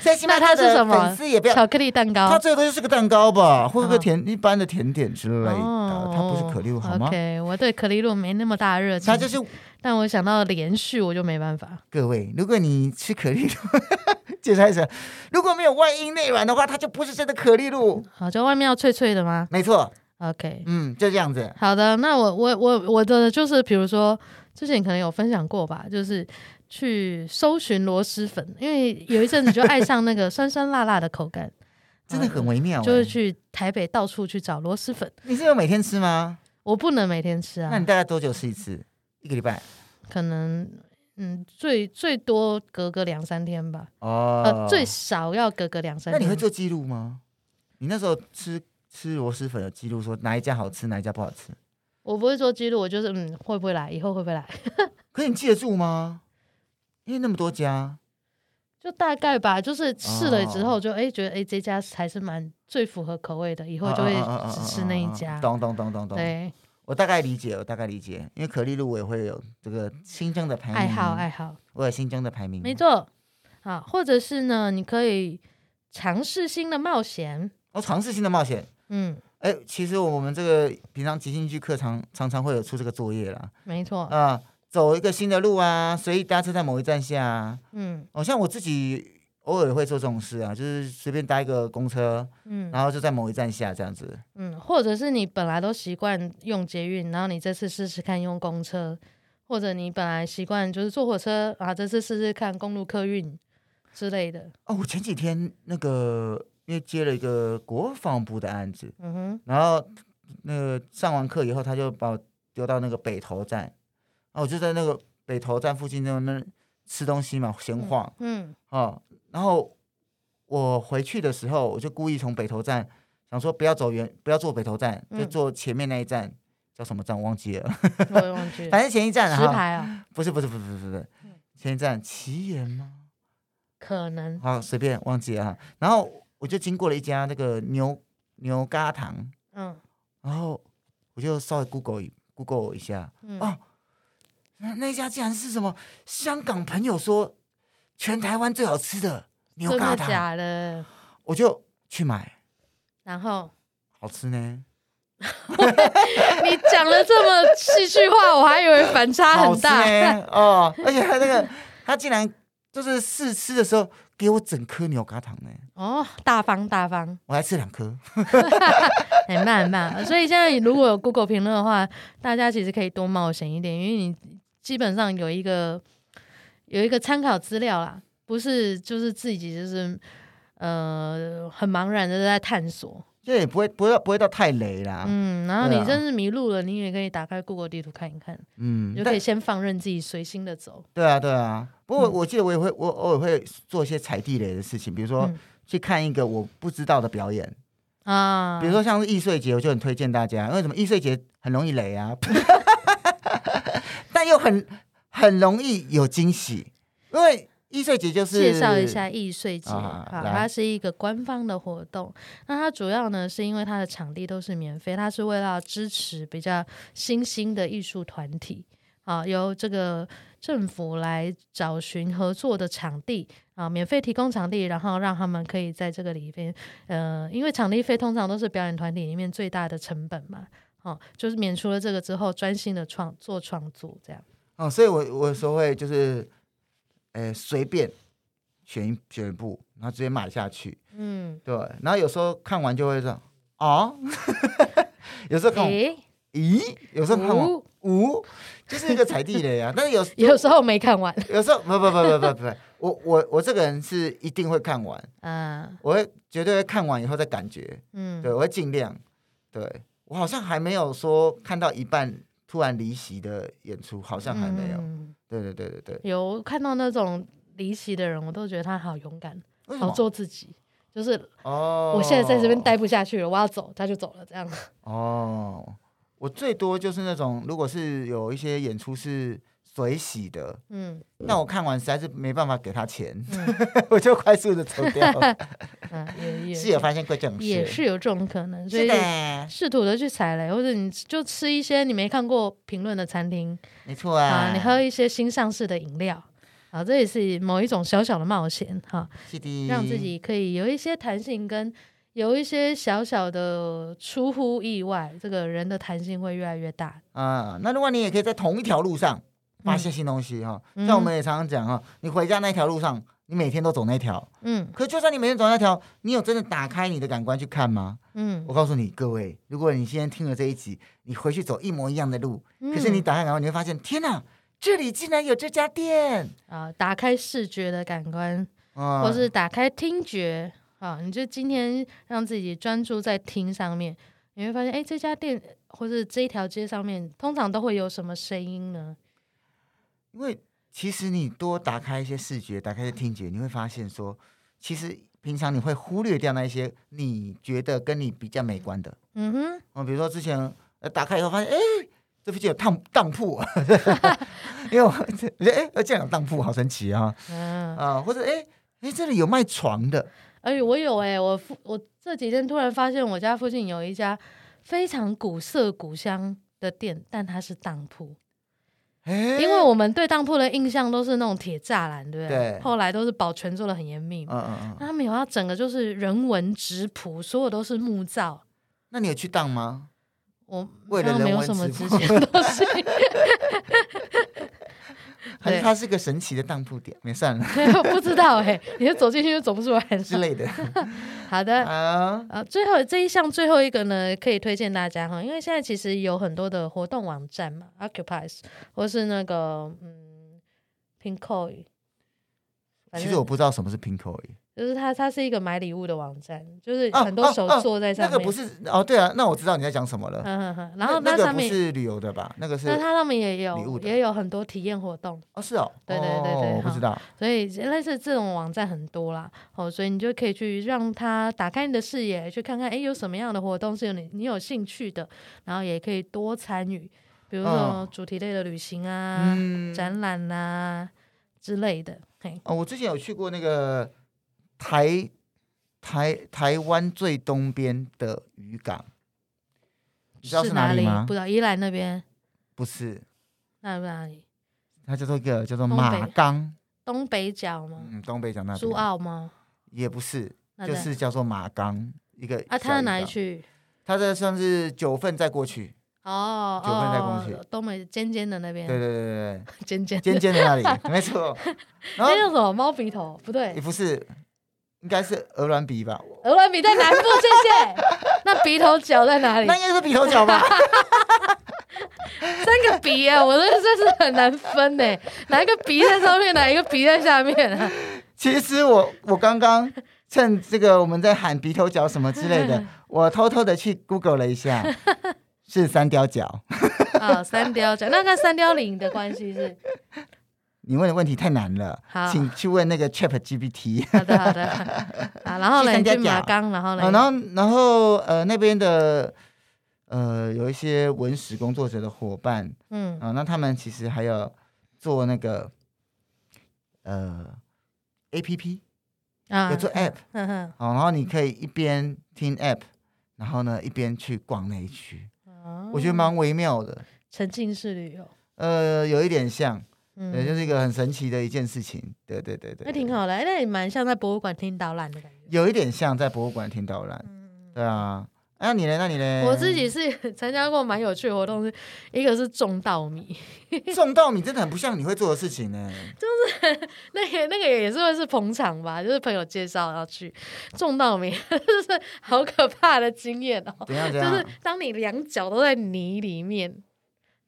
A: 所以星巴
B: 那它
A: 克
B: 是什
A: 的
B: 么
A: 粉丝也不要
B: 巧克力蛋糕
A: 它，最多就是个蛋糕吧，或者个
B: 哦
A: 甜、一般的甜点之类的，
B: 哦
A: 它不是可丽露好吗？
B: OK，我对可丽露没那么大热情，
A: 它就是
B: 但我想到连续我就没办法。
A: 各位，如果你吃可丽露， (laughs) 介绍一下，如果没有外阴内软的话，它就不是真的可丽露。
B: 好，就外面要脆脆的吗
A: 没错，
B: ？OK，
A: 嗯，就这样子。
B: 好的，那我我我我的就是比如说之前可能有分享过吧，就是。去搜寻螺蛳粉，因为有一阵子就爱上那个酸酸辣辣的口感，啊
A: 真的很微妙、欸，
B: 嗯就是去台北到处去找螺蛳粉。
A: 你是有每天吃吗？
B: 我不能每天吃啊，
A: 那你大概多久吃一次？一个礼拜
B: 可能嗯，最最多隔个两三天吧，
A: 哦、
B: 呃，最少要隔个两三
A: 那
B: 天。
A: 你会做记录吗？你那时候吃吃螺蛳粉有记录说哪一家好吃，哪一家不好吃？
B: 我不会做记录，我就是嗯，会不会来，以后会不会来，
A: 可是你记得住吗？因为那么多家，
B: 就大概吧。就是试了之
A: 哦
B: 后就，哎觉得哎这家才是蛮最符合口味的，以后就会只吃那一
A: 啊啊啊啊啊啊啊
B: 家
A: 啊。懂懂懂懂懂。
B: 对，
A: 我大概理解，我大概理解，因为可丽露我也会有这个新增的排名，
B: 爱好爱好，
A: 我有新增的排名，
B: 没。错啊。或者是呢，你可以尝试新的冒险，
A: 我尝试新的冒险。
B: 嗯，
A: 哎，其实我们这个平常即兴剧课常常常会有出这个作业啦，啊、
B: 没错，
A: 走一个新的路啊，随意搭车在某一站下啊，
B: 嗯
A: 哦，像我自己偶尔也会做这种事啊，就是随便搭一个公车，
B: 嗯
A: 然后就在某一站下这样子。
B: 嗯，或者是你本来都习惯用捷运，然后你这次试试看用公车，或者你本来习惯就是坐火车，啊，这次试试看公路客运之类的。
A: 哦，我前几天那个因为接了一个国防部的案子，
B: 嗯哼，
A: 然后那个上完课以后，他就把我丢到那个北投站，然后我就在那个北投站附近那那吃东西嘛，闲晃
B: 嗯
A: 哦。然后我回去的时候，我就故意从北投站想说不要走远，不要坐北投站，就
B: 嗯
A: 坐前面那一站。叫什么站我忘记了，
B: 我也忘记了。
A: (laughs) 反正前一站
B: 石
A: 哈，
B: 牌嗯啊，
A: 不是不是不是不是不是，前一站奇岩吗？
B: 可能
A: 好，随便忘记了哈。然后我就经过了一家那个牛牛轧糖，
B: 嗯
A: 然后我就稍微 Google 一 Google 一下，
B: 嗯、
A: 哦那那一家竟然是什么？香港朋友说全台湾最好吃的牛
B: 真
A: 轧
B: 的
A: 糖，
B: 假的？
A: 我就去买，
B: 然后
A: 好吃呢，
B: 你讲了这么戏剧化，我还以为反差
A: 好
B: 很
A: 吃
B: 大。
A: 呢，哦，而且他那个 (laughs) 他竟然就是试吃的时候给我整颗牛轧糖呢，
B: (laughs) 哦，大方大方，
A: 我还吃两颗，
B: 很慢很慢。所以现在如果有 Google 评论的话，大家其实可以多冒险一点，因为你基本上有一个有一个参考资料啦。不是就是自己就是呃很茫然的在探索，
A: 这也不会不会不会到太雷啦，
B: 嗯，然后
A: 对
B: 你
A: 啊
B: 真是迷路了，你也可以打开 Google 地图看一看，
A: 嗯
B: 你就可
A: 但
B: 以先放任自己随心的走，
A: 对啊对啊。不过
B: 嗯
A: 我记得我也会我偶尔会做一些踩地雷的事情，比如说
B: 嗯
A: 去看一个我不知道的表演，
B: 啊，
A: 比如说像是易碎节，我就很推荐大家，因为什么易碎节很容易雷啊，但又很很容易有惊喜，因为易碎节就是
B: 介绍一下易碎节，
A: 啊
B: 好，
A: 来
B: 它是一个官方的活动。那它主要呢是因为它的场地都是免费，它是为了要支持比较新兴的艺术团体啊，由这个政府来找寻合作的场地啊，免费提供场地，然后让他们可以在这个里边，呃，因为场地费通常都是表演团体里面最大的成本嘛。哦，就是免除了这个之后，专心的创做创作这样。
A: 哦，所以我我有时候会就是，呃，随便选一选一部，然后直接买下去，
B: 嗯，
A: 对。然后有时候看完就会说，哦，有时候看完，
B: 嗯诶、
A: 咦，有时候看完，
B: 哦
A: 呜、就是一个踩地雷啊。但是有
B: 有时候没看完
A: 有时候不不不不不不，我我我这个人是一定会看完，
B: 啊，
A: 我会绝对会看完以后再感觉，
B: 嗯，
A: 对我会尽量，对我好像还没有说看到一半突然离席的演出，好像还哦没有，
B: 嗯
A: 对对对对对，
B: 有看到那种离席的人，我都觉得他好勇敢，
A: 为什
B: 好
A: 么？
B: 做自己。就是
A: 哦，
B: 我现在在这边待不下去了，我要走，他就走了，这样。
A: 哦。我最多就是那种，如果是有一些演出是随喜的，
B: 嗯
A: 那我看完实在是没办法给他钱，
B: 嗯
A: (laughs) 我就快速的走
B: (laughs)
A: 掉。
B: 嗯，也也
A: 是有发现过这种事，
B: 也是有这种可能，所
A: 是
B: 以
A: 的，
B: 试图的去踩雷，或者你就吃一些你没看过评论的餐厅
A: 没错啊。
B: 啊，你喝一些新上市的饮料啊，这也是某一种小小的冒险哈。
A: 是的，
B: 让自己可以有一些弹性，跟有一些小小的出乎意外，这个人的弹性会越来越大。
A: 啊、那另外你也可以在同一条路上发现新东西哈、
B: 嗯
A: 像我们也常常讲哈，你回家那条路上，你每天都走那条，
B: 嗯
A: 可就算你每天走那条，你有真的打开你的感官去看吗？
B: 嗯，
A: 我告诉你各位，如果你今天听了这一集，你回去走一模一样的路，
B: 嗯
A: 可是你打开感官，你会发现，天哪，这里竟然有这家店
B: 啊、打开视觉的感官，
A: 啊！
B: 或是打开听觉啊，你就今天让自己专注在听上面，你会发现，哎，这家店或是这一条街上面，通常都会有什么声音呢？
A: 因为其实你多打开一些视觉，打开一些听觉，你会发现说，其实平常你会忽略掉那一些你觉得跟你比较没关的。
B: 嗯哼，
A: 嗯，比如说之前呃打开以后发现，哎、这附近有当当铺 (laughs) 啊，因为我我觉得哎，这样有当铺好神奇啊
B: 嗯、
A: 啊、或者哎哎、诶这里有卖床的，
B: 而且我有哎、我附我这几天突然发现我家附近有一家非常古色古香的店，但它是当铺，
A: 哎、
B: 因为我们对当铺的印象都是那种铁栅栏，对不对？
A: 对
B: 后来都是保全做的很严密嘛。
A: 嗯嗯嗯，
B: 那他们有要整个就是人文质朴，所有都是木造。
A: 那你有去当吗？
B: 我
A: 为了
B: 好像没
A: 人
B: 有
A: 文
B: 什么
A: 质朴
B: 值钱的东西， (laughs)
A: 还是
B: 对
A: 它是个神奇的当铺店？没算了
B: 对我不知道哎、你就走进去就走不出来
A: 之
B: 了。
A: 类的
B: 好的，
A: 啊，
B: (laughs) 呃，最后这一项最后一个呢，可以推荐大家哈，因为现在其实有很多的活动网站嘛，Occupies 或是那个嗯 Pinkoi，反
A: 其实我
B: 正
A: 不知道什么是 Pinko 耶
B: 就是它，它是一个买礼物的网站，就是
A: 哦
B: 很多手作在上
A: 那
B: 面。
A: 个不是哦，对啊，那我知道你在讲什么了。
B: 嗯哼哼，然后
A: 那那
B: 那
A: 个
B: 上
A: 不
B: 面，
A: 是旅游的吧？那个是
B: 那它上面也
A: 礼物
B: 有
A: 的
B: 也有很多体验活动，
A: 哦，是哦，
B: 对对对对
A: 哦我不
B: 哈
A: 知道。
B: 所以类似这种网站很多啦，哦，所以你就可以去让它打开你的视野，去看看，哎，有什么样的活动是有你你有兴趣的，然后也可以多参与，比如说
A: 嗯
B: 主题类的旅行啊、
A: 嗯，
B: 展览啊之类的。嘿，
A: 哦，我之前有去过那个台台台湾最东边的渔港，你知道
B: 是
A: 是哪
B: 里
A: 里吗
B: 不知道，宜兰那边，
A: 不是，
B: 那不哪里？
A: 它叫做一个叫做
B: 东
A: 马
B: 北
A: 冈，
B: 东北角吗？
A: 嗯，东北角那
B: 苏
A: 边，
B: 澳吗？
A: 也不是，
B: 那
A: 就
B: 在
A: 是叫做马冈一个小
B: 啊，他
A: 渔
B: 哪里
A: 港？
B: 去？
A: 它这算是九份再过去，
B: 哦
A: 九份在公
B: 哦
A: 司，
B: 东北尖尖的那边
A: 对，对对对
B: 尖尖
A: 对，尖尖的那
B: (laughs)
A: 里，没错。然后
B: 那叫什么？猫鼻头？不对
A: 也，不是，应该是鹅卵鼻吧？
B: 鹅銮鼻在南部，谢
A: (laughs)
B: 谢。那鼻头角在哪里
A: 那？应该是鼻头角吧？
B: 三个
A: (laughs)
B: 鼻啊，我真的是很难分呢，哪一个鼻在上面，哪一个鼻在下面啊？
A: 其实我我刚刚趁这个我们在喊鼻头角什么之类
B: (laughs)
A: 的，我偷偷的去 Google 了一下，是三貂角。
B: 啊、三雕角，那跟三雕岭的关系是
A: 你问的问题太难了
B: 好，
A: 请去问那个 Chat GPT。
B: 好的好的
A: (laughs)
B: 啊，然后呢，
A: 去
B: 你
A: 三
B: 去
A: 貂角
B: 马冈，然后呢，
A: 啊，然后然后呃那边的呃有一些文史工作者的伙伴
B: 嗯，
A: 啊，那他们其实还有做那个呃 APP，
B: 啊
A: 有做 App，
B: 哼哼
A: 好，然后你可以一边听 App，然后呢一边去逛那一区，
B: 哦
A: 我觉得蛮微妙的。
B: 沉浸式旅游，
A: 呃，有一点像，对，
B: 嗯，
A: 就是一个很神奇的一件事情。对对对对，对
B: 那挺。好的，哎那也蛮像在博物馆听导览的感觉。
A: 有一点像在博物馆听导览。对啊，那你呢？那你呢？
B: 嗯 (laughs) 我自己是参加过蛮有趣的活动，是一个是种稻米，
A: 种稻米真的很不像你会做的事情
B: (laughs)
A: 呢。
B: 那个那个也是会是捧场吧，就是朋友介绍然后去种稻米， (laughs) 就是好可怕的经验
A: (laughs)
B: 哦。
A: 怎样怎
B: 就
A: 样
B: 是？当你两脚都在泥里面，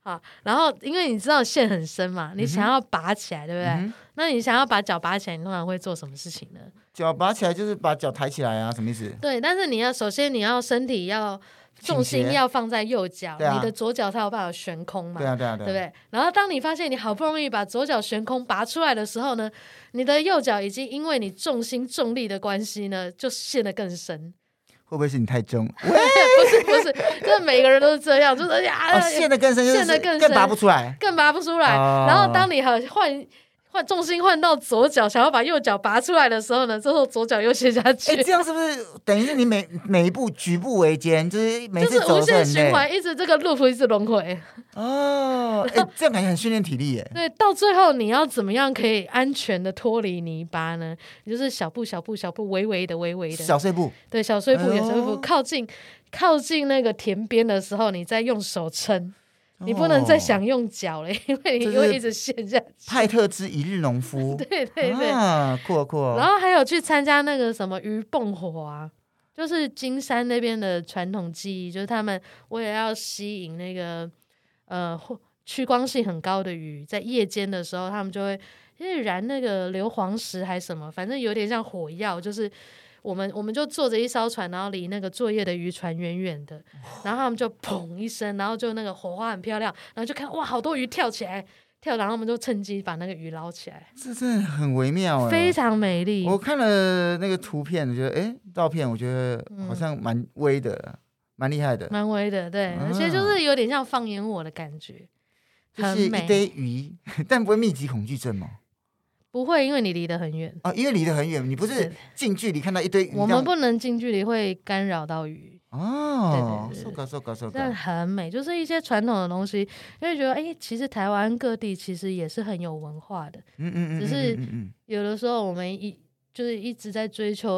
B: 啊，然后因为你知道线很深嘛，你想要拔起来，对不对？
A: 嗯嗯哼
B: 那你想要把脚拔起来，你通常会做什么事情呢？
A: 脚拔起来就是把脚抬起来啊，什么意思？
B: 对，但是你要首先你要身体要重
A: 倾
B: 心
A: 斜
B: 要放在右脚，
A: 对啊
B: 你的左脚才有办法悬空嘛，
A: 对啊对啊对
B: 对
A: 啊，
B: 不对？然后当你发现你好不容易把左脚悬空拔出来的时候呢，你的右脚已经因为你重心重力的关系呢，就陷得更深。 (laughs)
A: 会不会是你太重？
B: 不是不是，这每个人都是这样，就是啊，
A: 哦，陷得更深，就是
B: 陷得更深
A: 更拔不出来。
B: 更拔不出来。
A: 哦
B: 然后当你好换换重心换到左脚，想要把右脚拔出来的时候呢，最后左脚又陷下去
A: 哎，，这样是不是等于是你每每一步举步维艰，就是每
B: 就是
A: 次走
B: 无
A: 的时候
B: 限
A: 很
B: 循
A: 累
B: 环，一直这个 loop 一直轮回。
A: 哦。哎，这样感觉很训练体力耶。
B: 对，到最后你要怎么样可以安全的脱离泥巴呢？你就是小步小步小步，微微的微微的，
A: 小碎步，
B: 对，小碎步
A: 哎呦
B: 小碎步，靠近靠近那个田边的时候，你再用手撑。你不能再
A: 哦
B: 想用脚了，因为你
A: 这是
B: 会一直陷下去。
A: 派特之一日农夫，
B: (laughs) 对对对，
A: 啊，酷哦酷哦。
B: 然后还有去参加那个什么鱼蹦火啊，就是金山那边的传统技艺，就是他们为了要吸引那个呃或趋光性很高的鱼，在夜间的时候，他们就会因为燃那个硫磺石还是什么，反正有点像火药，就是。我们我们就坐着一艘船，然后离那个作业的渔船远远的，然后他们就砰一声，然后就那个火花很漂亮，然后就看哇，好多鱼跳起来，跳，然后他们就趁机把那个鱼捞起来，
A: 这真的很微妙哎。
B: 非常美丽。
A: 我看了那个图片，我觉得哎，照片我觉得好像蛮威的，蛮厉害的，
B: 蛮威的，对，
A: 啊
B: 而且就是有点像放烟火的感觉，
A: 就是
B: 很
A: 一
B: 美。
A: 堆鱼， (laughs) 但不会密集恐惧症吗？
B: 不会，因为你离得很远，
A: 哦，因为离得很远，你不是
B: 对
A: 近距离看到一堆鱼这样，
B: 我们不能近距离，会干扰到鱼。
A: 哦，
B: 对对对
A: 受搞受搞受搞，
B: 但很美，就是一些传统的东西，因为觉得哎、其实台湾各地其实也是很有文化的。
A: 嗯嗯嗯，
B: 只是
A: 嗯嗯嗯
B: 有的时候我们一就是一直在追求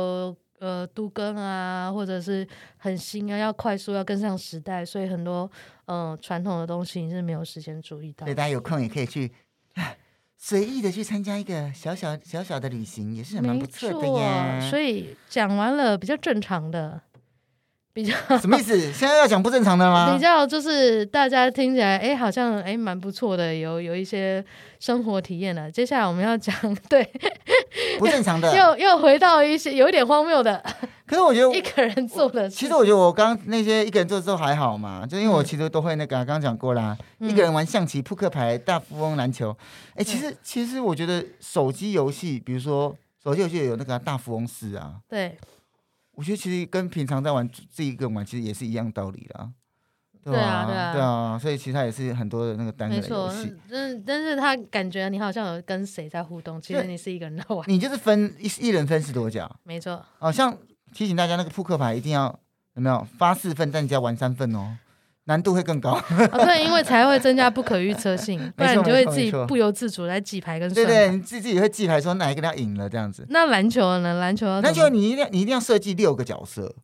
B: 呃都更啊，或者是很新啊，要快速要跟上时代，所以很多嗯、呃传统的东西你是没有时间注意到
A: 所以。大家有空也可以去。 (sighs) 啊随意的去参加一个小小小小的旅行，也是蛮不错的呀。
B: 所以讲完了比较正常的，比较
A: (laughs) 什么意思？现在要讲不正常的吗
B: 比？较就是大家听起来，哎、好像哎蛮、不错的，有有一些生活体验了。接下来我们要讲，
A: (laughs)
B: 对，
A: 不正
B: (laughs)
A: 常的。
B: 又又回到一些有一点荒谬的
A: 可是我觉
B: 一
A: 得，
B: 个人做的事。
A: 其实我觉得我刚那些一个人做的时候还好嘛，就因为我其实都会那个啊、刚刚讲过啦，
B: 嗯
A: 一个人玩象棋、扑克牌、大富翁、篮球。哎、其实其实我觉得手机游戏，比如说手机游戏有那个啊、大富翁四啊，
B: 对
A: 我觉得其实跟平常在玩自己一个人玩，其实也是一样道理啦。
B: 对啊
A: 啊，
B: 对啊
A: 对啊，所以其实它也是很多的那个单
B: 没
A: 人的游
B: 错嗯
A: 戏，，
B: 但但是他感觉你好像有跟谁在互动，其实
A: 对
B: 你是一个人在玩。
A: 你就是分一一人分十多角，
B: 没错，
A: 哦，像提醒大家那个扑克牌一定要有没有发四份，但你只要玩三份哦，难度会更高。 (laughs)
B: 哦对，因为才会增加不可预测性，不然你就会自己
A: 没错
B: 不由自主来挤牌跟
A: 对
B: 算牌。
A: 对，你自己自己会记牌说哪一个要赢了这样子。
B: 那篮球呢？篮球要
A: 那
B: 怎么
A: 就你一定要你一定要设计六个角色，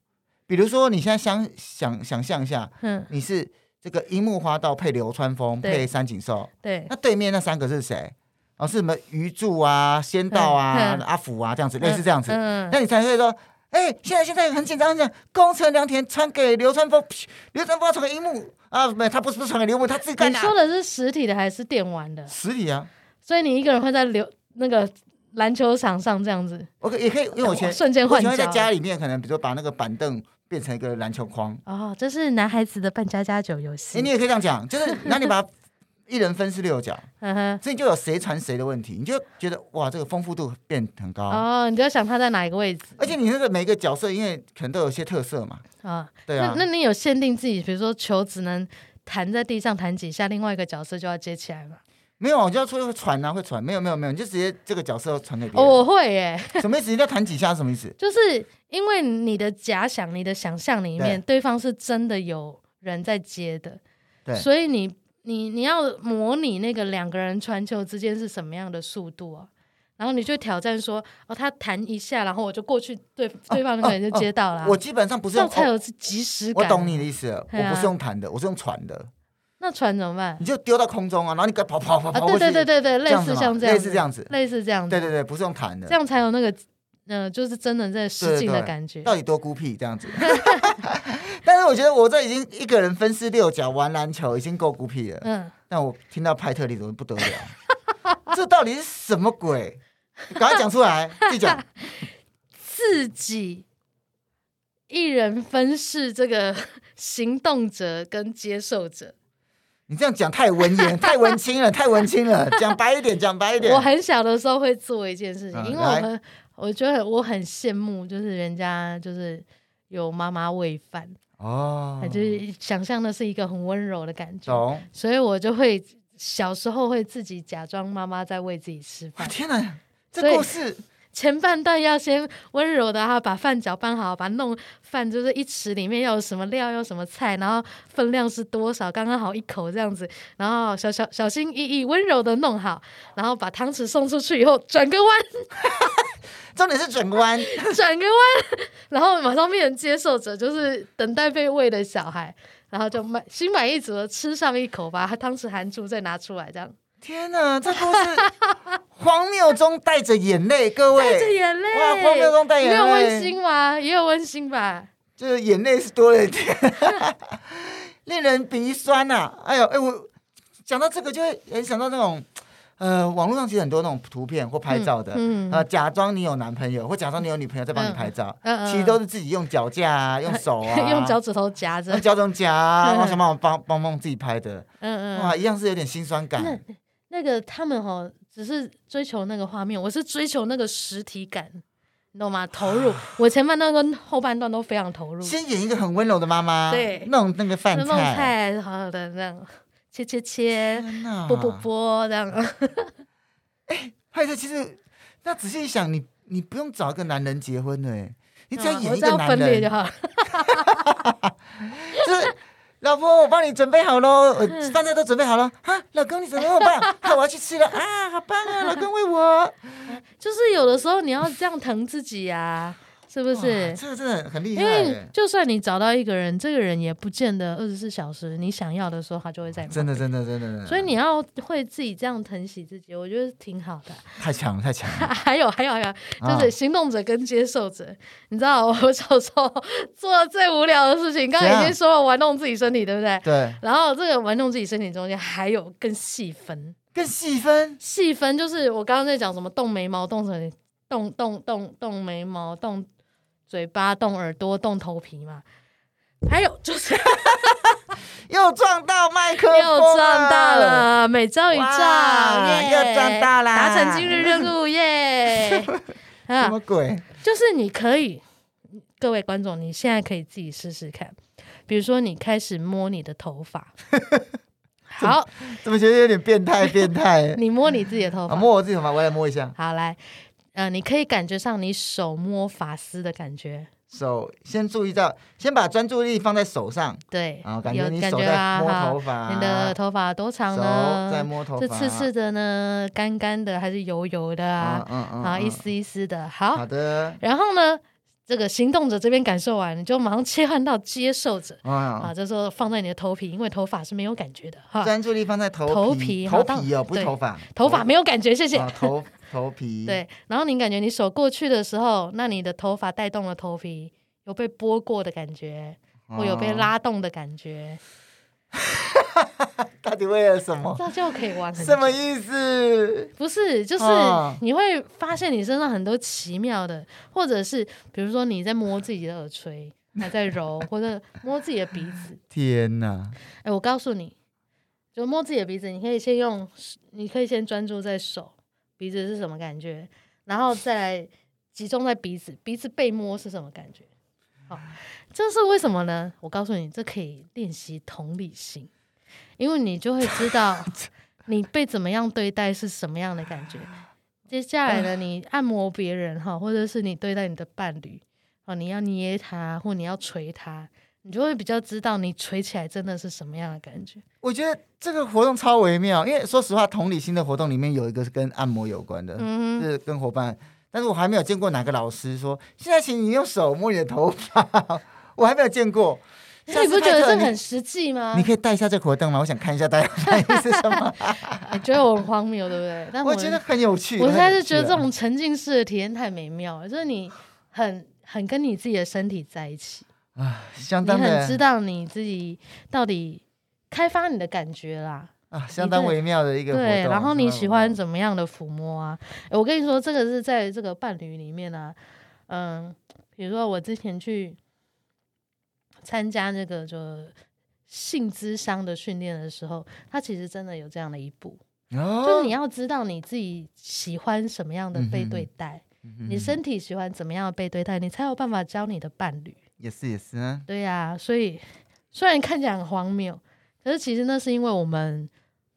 A: 比如说你现在想想想象一下，
B: 嗯，
A: 你是这个樱木花道配流川枫
B: 对
A: 配三井寿，
B: 对
A: 那对面那三个是谁？哦，是什么鱼柱啊、仙道啊
B: 嗯、嗯
A: 阿福啊这样子，类似这样子，
B: 嗯，
A: 那你才会说。哎、现在现在很紧张，这样宫城良田传给流川枫，噗流川枫要传给樱木啊，没，他不是不是传给流木，他自己干
B: 你
A: 的、
B: 说的是实体的还是电玩的？
A: 实体啊，
B: 所以你一个人会在流那个篮球场上这样子，
A: 我
B: 哦
A: 可也可以，因为我以前
B: 瞬间
A: 我
B: 换
A: 以前
B: 脚
A: 会在家里面，可能比如说把那个板凳变成一个篮球框，
B: 哦，这是男孩子的扮家家酒游
A: 哎、
B: 戏
A: 你。也可以这样讲，就是 (laughs) 那你把它一人分饰六角，
B: 嗯哼，
A: 所以就有谁传谁的问题，你就觉得哇，这个丰富度变很高。
B: 哦，你就想他在哪一个位置
A: 而且你那个每个角色，因为可能都有一些特色嘛，
B: 啊？
A: 对啊，
B: 那那你有限定自己，比如说球只能弹在地上弹几下，另外一个角色就要接起来吗？
A: 没有，我就要说会传啊，会传，没有没有没有，你就直接这个角色传给别
B: 哦，
A: 人，
B: 我会耶， (laughs)
A: 什么意思？你再弹几下是什么意思？
B: 就是因为你的假想、你的想象里面，对方是真的有人在接的，
A: 对
B: 所以你你你要模拟那个两个人传球之间是什么样的速度啊？然后你就挑战说，哦，他弹一下，然后我就过去，对
A: 哦
B: 对方那个人就接到了啊、
A: 我基本上不是
B: 这
A: 用
B: 样才
A: 哦
B: 有即时
A: 我
B: 感。
A: 懂你的意思了，
B: 对啊
A: 我不是用弹的，我是用传的，
B: 那传怎么办？
A: 你就丢到空中啊，然后你赶快跑跑跑
B: 啊，
A: 跑过
B: 对
A: 去，
B: 对对对对，
A: 这
B: 类
A: 样子
B: 似
A: 嘛
B: 像这样，
A: 类似这，样子，
B: 类似这样子，
A: 对对对，不是用弹的
B: 这，样才有那个，呃，就是真的在实
A: 对
B: 境的
A: 对
B: 感觉。
A: 到底多孤僻这样子。但是我觉得我这已经一个人分饰六角玩篮球已经够孤僻了，
B: 嗯，
A: 但我听到派特里怎么不得了？ (laughs) 这到底是什么鬼？赶快讲出来，自己
B: (laughs)
A: 讲。
B: 自己一人分饰这个 (laughs) 行动者跟接受者。
A: 你这样讲太文言，太文青了，太文青了。讲白一点，讲白一点。
B: 我很小的时候会做一件事情，
A: 嗯
B: 因为
A: 来
B: 我们我觉得我很羡慕，就是人家就是有妈妈喂饭，
A: 哦，
B: 就是想象的是一个很温柔的感觉，
A: 懂。
B: 所以我就会小时候会自己假装妈妈在喂自己吃
A: 哇，
B: 饭。
A: 天哪，这
B: 所以
A: 故事
B: 前半段要先温柔的，然后把饭搅拌好，把它弄饭就是一匙里面要有什么料，要什么菜，然后分量是多少，刚刚好一口这样子，然后小小小心翼翼温柔的弄好，然后把汤匙送出去以后转个弯， (laughs)
A: 重点是转弯，
B: 转个弯，然后马上变成接受者，就是等待被喂的小孩，然后就满心满意足的吃上一口，把汤匙含住再拿出来，这样
A: 天哪，这故事荒谬中带着眼泪，各
B: 带着
A: 位，
B: 眼泪，
A: 哇荒谬中带眼
B: 也
A: 泪
B: 有温馨吗？也有温馨吧。
A: 就是眼泪是多了一点， (laughs) 令人鼻酸呐、哎呦，哎，我讲到这个就会联想到那种，呃，网络上其实很多那种图片或拍照的，
B: 嗯嗯
A: 呃，假装你有男朋友或假装你有女朋友在帮你
B: 嗯
A: 拍照，
B: 嗯嗯
A: 其实都是自己用脚架啊，
B: (laughs)
A: 用手啊，
B: 用脚趾头夹着
A: 用，脚掌夹啊，
B: (laughs) 嗯
A: 然后想办法帮帮帮自己拍的，
B: 嗯嗯，
A: 哇，一样是有点心酸感。
B: 那那个他们哦，只是追求那个画面，我是追求那个实体感，你懂吗？投入，
A: 啊
B: 我前半段跟后半段都非常投入，
A: 先演一个很温柔的妈妈，
B: 对
A: 弄那个饭
B: 就弄
A: 菜，
B: 菜好好的这样，切切切，
A: 天哪，
B: 剥剥剥这样，
A: 派特其实，那仔细一想，你你不用找一个男人结婚了，哎，你只要
B: 嗯我
A: 演一
B: 只要
A: 个男
B: 分裂就
A: 人，
B: 好了。
A: 就是老婆，我帮你准备好喽，呃
B: 嗯
A: 饭菜都准备好了，哈，老公你怎么那么
B: (laughs)
A: 棒？哈，我要去吃了啊，好棒啊，老公喂我，
B: 就是有的时候你要这样疼自己呀、是
A: 不
B: 不是？
A: 这个真的很厉害欸
B: 因为
A: 耶，
B: 就算你找到一个人，这个人也不见得二十四小时你想要的时候他就会在你
A: 啊真的
B: 旁边
A: 真的真的，真的
B: 所以你要会自己这样疼惜自己，我觉得挺好的。
A: 太强了太强了，
B: 还有还有还有，
A: 啊
B: (laughs) 就是行动者跟接受者。你知道我小时候做的最无聊的事情，刚刚已
A: 怎
B: 经
A: 样
B: 说了玩弄自己身体，对不对？
A: 啊对，
B: 然后这个玩弄自己身体中间还有更细分，
A: 更细分，
B: 细分就是我刚刚在讲什么动眉毛、动什动动动动眉毛、动嘴巴、动耳朵、动头皮嘛。还有就是 (laughs)
A: 又撞到麦克风
B: 又赚大
A: 了。
B: 了，每周一兆，
A: 哇
B: 耶！
A: 又赚到啦
B: 达成今日任务，
A: (laughs)
B: 耶！啊
A: 什么鬼？
B: 就是你可以，各位观众，你现在可以自己试试看。比如说，你开始摸你的
A: (laughs)
B: 头发，好，
A: 怎么觉得有点变态？变
B: (laughs)
A: 态！
B: 你摸你自己的头
A: 啊，
B: 发，
A: 摸我自己头发，我来摸一下。
B: 好来，呃，你可以感觉上你手摸发丝的感觉，
A: 手先注意到，先把专注力放在手上，
B: 对，
A: 啊，感觉
B: 有
A: 你
B: 感
A: 手
B: 觉
A: 在
B: 啦，
A: 摸
B: 哈
A: 头发，啊
B: 你的头发多长
A: 手在
B: 呢？
A: 摸头发，
B: 是刺刺的呢，干干的还是油油的啊
A: 啊？，嗯嗯，
B: 啊，
A: 嗯
B: 一丝一丝的，
A: 好
B: 好，
A: 的，
B: 然后呢，这个行动者这边感受完，你就马上切换到接受者。啊，
A: 啊，
B: 这时候放在你的头皮，因为头发是没有感觉的哈，
A: 专注力放在头
B: 头皮
A: 皮，
B: 好
A: 头
B: 当
A: 皮哦，不是
B: 对
A: 头发，
B: 头发没有感觉，谢谢。
A: 啊，头头皮，，
B: 对，然后你感觉你手过去的时候，那你的头发带动了头皮，有
A: 啊
B: 被拨过的感觉，或有被，拉动的感觉。
A: 到底为了什么？
B: 这就可以玩很久
A: 什么意思？
B: 不是，就是
A: 哦
B: 你会发现你身上很多奇妙的，或者是比如说你在摸自己的耳垂，还在揉，或者摸自己的鼻子。
A: 天哪！
B: 哎、我告诉你，就摸自己的鼻子，你可以先用，你可以先专注在手鼻子是什么感觉，然后再来集中在鼻子，鼻子被摸是什么感觉。好，这是为什么呢？我告诉你，这可以练习同理心，因为你就会知道你被怎么样对待是什么样的感觉。接下来呢，你按摩别人哈，或者是你对待你的伴侣，哦，你要捏他或你要捶他，你就会比较知道你捶起来真的是什么样的感觉。
A: 我觉得这个活动超微妙，因为说实话，同理心的活动里面有一个是跟按摩有关的，
B: 嗯哼，
A: 是跟伙伴，但是我还没有见过哪个老师说现在请你用手摸你的头发，我还没有见过。
B: (laughs) 那你不觉
A: 下次
B: 得这
A: 派特
B: 个很实际吗？
A: 你你可以带一下这个活动吗？我想看一下大家反应是什
B: (laughs)
A: 么。
B: 哎觉得我很荒谬，对不对？但
A: 我
B: 我
A: 觉得很有趣。
B: 我
A: 很
B: 现在
A: 有
B: 是觉得
A: 趣
B: 这
A: 啊
B: 种沉浸式的体验太美妙了，就是你很很跟你自己的身体在一起，
A: 相
B: 你
A: 当
B: 很
A: 的
B: 知道你自己到底开发你的感觉啦。
A: 啊，相当微妙的一个活动。
B: 对，然后你喜欢
A: 嗯
B: 怎么样的抚摸啊？诶我跟你说，这个是在这个伴侣里面啊，嗯，比如说我之前去参加那个就性智商的训练的时候，它其实真的有这样的一步，就是
A: 哦，
B: 你要知道你自己喜欢什么样的被对
A: 嗯
B: 待，
A: 你
B: 你身体喜欢怎么样的被对待，你才有办法教你的伴侣。
A: 也是也是啊，
B: 对呀、所以虽然看起来很荒谬，可是其实那是因为我们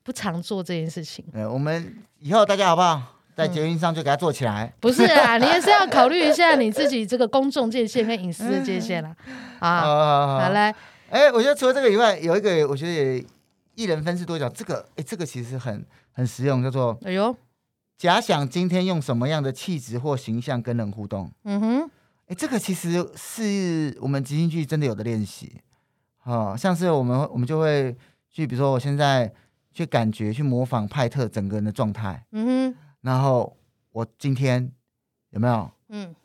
B: 不常做这件事情。
A: 呃，我们以后大家好不好，
B: 嗯
A: 在捷运上就给它做起来。
B: 不是啊，你也是要考虑一下你自己这个公众界限跟隐私的界限啦。啊，
A: (laughs) 啊
B: 好，嘞，
A: 哎，我觉得除了这个以外，有一个我觉得也一人分饰多角，这个哎，这个其实很很实用，叫做
B: 哎呦，
A: 假想今天用什么样的气质或形象跟人互动。
B: 嗯哼，
A: 哎，这个其实是我们即兴剧真的有的练习，哦，像是我们我们就会去，比如说我现在去感觉去模仿派特整个人的状态，
B: 嗯哼，
A: 然后我今天有没有
B: 嗯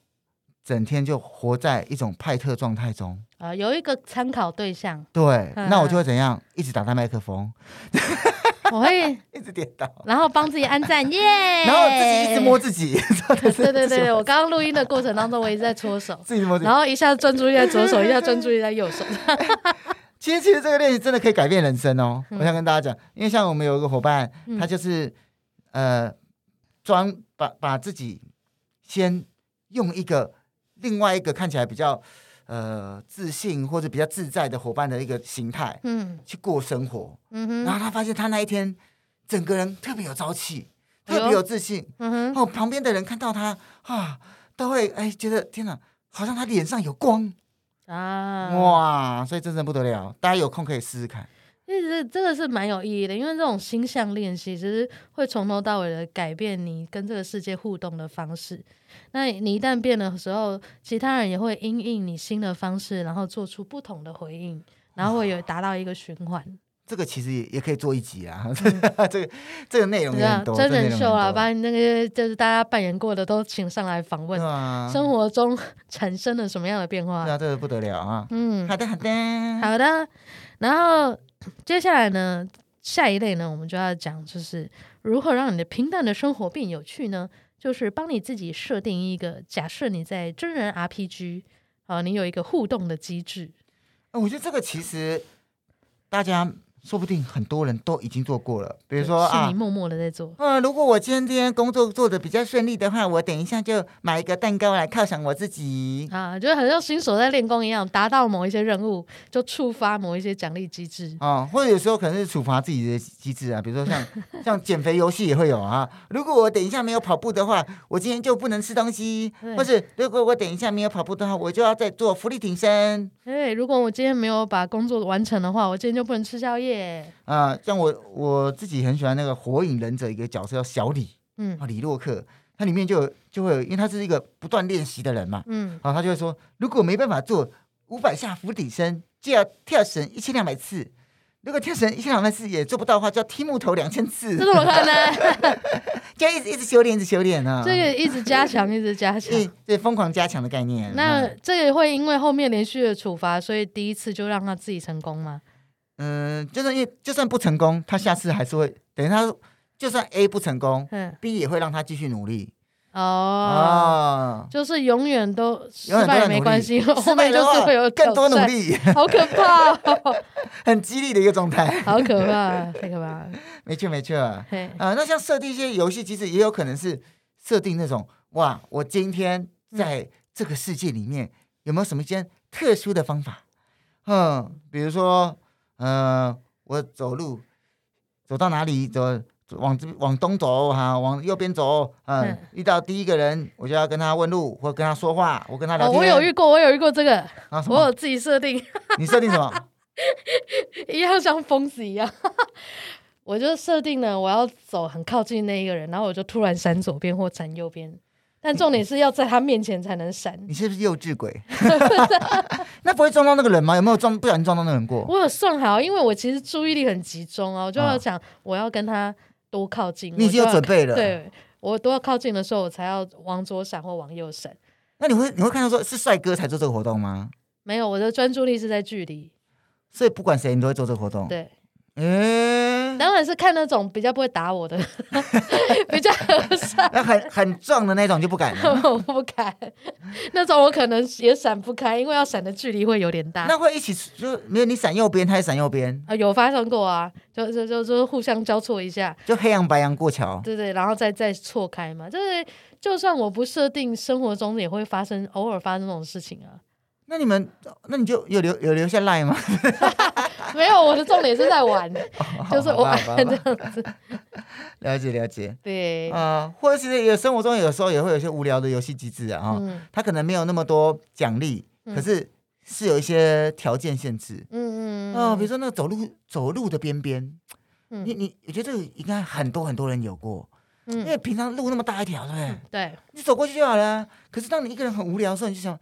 A: 整天就活在一种派特状态中？
B: 啊，有一个参考对象， (laughs)
A: 对，
B: 嗯
A: 那我就会怎样？一直打开麦克风，
B: 我会，
A: 一直点到，
B: 然后帮自己按赞，耶，
A: (laughs) 然后自己一直摸，自己， (laughs)
B: 对 (laughs) 对对对，我刚刚录音的过程当中，我一直在搓手，
A: 自己摸自己
B: 然。后一下专注力在左手，一下专注力在右手，
A: 其实，其实这个练习真的可以改变人生哦。我想跟大家讲，因为像我们有一个伙伴，
B: 嗯
A: 他就是呃，装把把自己先用一个另外一个看起来比较呃自信或者比较自在的伙伴的一个形态
B: 嗯
A: 去过生活，
B: 嗯
A: 然后
B: 哼，
A: 他发现他那一天整个人特别有朝气，
B: 哎呦
A: 特别有自信，
B: 嗯哼，
A: 哦，旁边的人看到他啊，都会哎觉得天哪，好像他脸上有光
B: 啊，
A: 哇，所以真的不得了，大家有空可以试试看。
B: 其实这个是蛮有意义的，因为这种星象练习其实会从头到尾的改变你跟这个世界互动的方式。那你一旦变的时候，其他人也会因应你新的方式，然后做出不同的回应，然后会有达到一个循环。
A: 这个其实也也可以做一集啊， (laughs) 这个这个内容
B: 这
A: 也
B: 样
A: 很多，
B: 嗯真人秀啊，
A: 啊，
B: 把你那个就是大家扮演过的都请上来访
A: 对
B: 问，
A: 啊，
B: 生活中 (laughs) 产生了什么样的变化？
A: 对啊，这个不得了啊！
B: 嗯，
A: 好的好的，
B: 好的，然后接下来呢，下一类呢，我们就要讲就是如何让你的平淡的生活变有趣呢？就是帮你自己设定一个，假设你在真人 RPG 啊、你有一个互动的机制，
A: 呃我觉得这个其实大家说不定很多人都已经做过了，比
B: 比
A: 如说
B: 是
A: 啊
B: 你。默默的在做，
A: 嗯，如果我今天工作做的比较顺利的话，我等一下就买一个蛋糕来犒赏我自己。
B: 啊，就好像新手在练功一样，达到某一些任务就触发某一些奖励机制。
A: 哦，或者有时候可能是处罚自己的机制啊，比如说像像减肥游戏也会有啊。如果我等一下没有跑步的话，我今天就不能吃东西；
B: 对
A: 或是如果我等一下没有跑步的话，我就要再做浮力挺身
B: 哎，如果我今天没有把工作完成的话，我今天就不能吃宵夜。
A: 啊、像我我自己很喜欢那个《火影忍者》一个角色叫小李
B: 嗯
A: 啊，李洛克，他里面就有就会有，因为他是一个不断练习的人嘛， (laughs)
B: 嗯，
A: 好，他就会说，如果没办法做五百下俯卧撑，就要跳绳一千两百次。如果跳绳一千两百次也做不到的话，就要踢木头两千次
B: 这。怎么
A: (laughs)
B: 可能？
A: 就要一直一直修炼，一直修炼啊。
B: 这个一直加强，一直加强。
A: 一对疯狂加强的概念。
B: 那
A: 嗯
B: 这也会因为后面连续的处罚，所以第一次就让他自己成功吗？
A: 嗯、就算因为就算不成功，他下次还是会等于他就算 A 不成功
B: 嗯，
A: ，B 也会让他继续努力
B: 哦，
A: 啊。
B: 就是永远都失
A: 永远都
B: 败
A: 在
B: 也
A: 努
B: 没
A: 力
B: 关系，后
A: 失败
B: 面
A: 的
B: 就
A: 话
B: 是会有
A: 更多
B: 挑
A: 努
B: 战，
A: 力，
B: (laughs) 好可怕哦，
A: 很激励的一个状态。
B: 好可怕，太可怕了，
A: 没错，没错。啊、 (laughs)
B: 嘿，
A: 那像设定一些游戏机制，也有可能是设定那种哇，我今天
B: 嗯
A: 在这个世界里面有没有什么一些特殊的方法？嗯，比如说，呃，我走路走到哪里走。往这往东走哈、往右边走，嗯，
B: 嗯
A: 遇到第一个人，我就要跟他问路，或跟他说话，我跟他聊
B: 哦，
A: 天。
B: 我有遇过，我有遇过这个，
A: 啊什
B: 我
A: 么？
B: 有自己设定， (laughs)
A: 你设定什么？ (laughs)
B: 一样像疯子一样。 (laughs) 我就设定了我要走很靠近那一个人，然后我就突然闪左边或闪右边，但重点是要在他面前才能闪。
A: 你是不是幼稚
B: (laughs)
A: 鬼？那不会撞到那个人吗？有没有撞不小心撞到那个人过？
B: 我有算好，因为我其实注意力很集中哦，我就
A: 啊
B: 要想我要跟他多靠近。
A: 你已经
B: 我就
A: 有
B: 要
A: 准备了，，
B: 对我多靠近的时候，我才要往左闪或往右闪。
A: 那你会你会看到说是帅哥才做这个活动吗？
B: 没有，我的专注力是在距离。
A: 所以不管谁，你都会做这个活动。
B: 对，
A: 诶，
B: (laughs) 当然是看那种比较不会打我的， (laughs) 比较和善，
A: 那很很壮的那种就不
B: (laughs)
A: 敢了。
B: 我不敢。那种我可能也闪不开，因为要闪的距离会有点大。
A: 那会一起就没有你闪右边，他也闪右边，
B: 啊，有发生过啊，就就就就互相交错一下，
A: 就黑羊白羊过桥。
B: 对对，然后再再错开嘛。就是就算我不设定，生活中也会发生，偶尔发生这种事情啊。
A: 那你们那你就有留有留下赖吗？
B: 没有，我的重点是
A: (laughs)
B: 在玩， (laughs) 就是
A: 好
B: 我
A: 吧好吧好
B: 这 (laughs)
A: 吧
B: 样子。
A: (laughs) 了解了解。
B: 对，嗯
A: 啊，或者是有生活中有时候也会有一些无聊的游戏机制啊，哈
B: 嗯
A: 它可能没有那么多奖励，
B: 嗯
A: 可是是有一些条件限制。
B: 嗯嗯，
A: 哦，比如说那个走路走路的边边，
B: 嗯
A: 你你我觉得这个应该很多很多人有过，因
B: 嗯，
A: 为平常路那么大一条，对不对？
B: 对，
A: 你走过去就好了啊。可是当你一个人很无聊的时候，你就想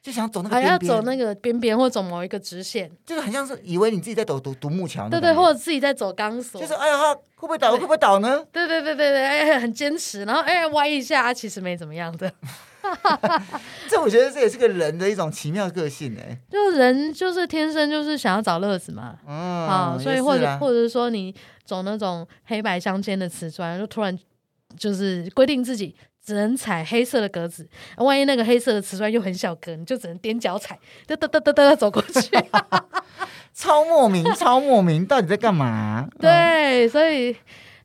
A: 就想走那个
B: 还要
A: 边
B: 走
A: 边，
B: 那个边边或走某一个直线，
A: 就是很像是以为你自己在走独独木桥那种
B: 对
A: 感
B: 对，
A: 觉，
B: 或者自己在走钢索，
A: 就是哎呀，会不会倒？会
B: 对
A: 不会倒呢？
B: 对对对对对，哎，很坚持，然后哎歪一下，其实没怎么
A: (laughs)
B: 样的。
A: 这我觉得这也是个人的一种奇妙个性哎。
B: 就人就是天生就是想要找乐子嘛，
A: 嗯，
B: 啊，所以
A: 也
B: 或
A: 是
B: 者
A: 啦
B: 或者说你走那种黑白相间的瓷砖，就突然就是规定自己只能踩黑色的格子，万一那个黑色的瓷砖又很小格，你就只能踮脚踩，哒哒哒哒哒走过去。 (laughs)
A: 超莫名，超莫名，到底在干嘛、嗯
B: (laughs) 对，所以。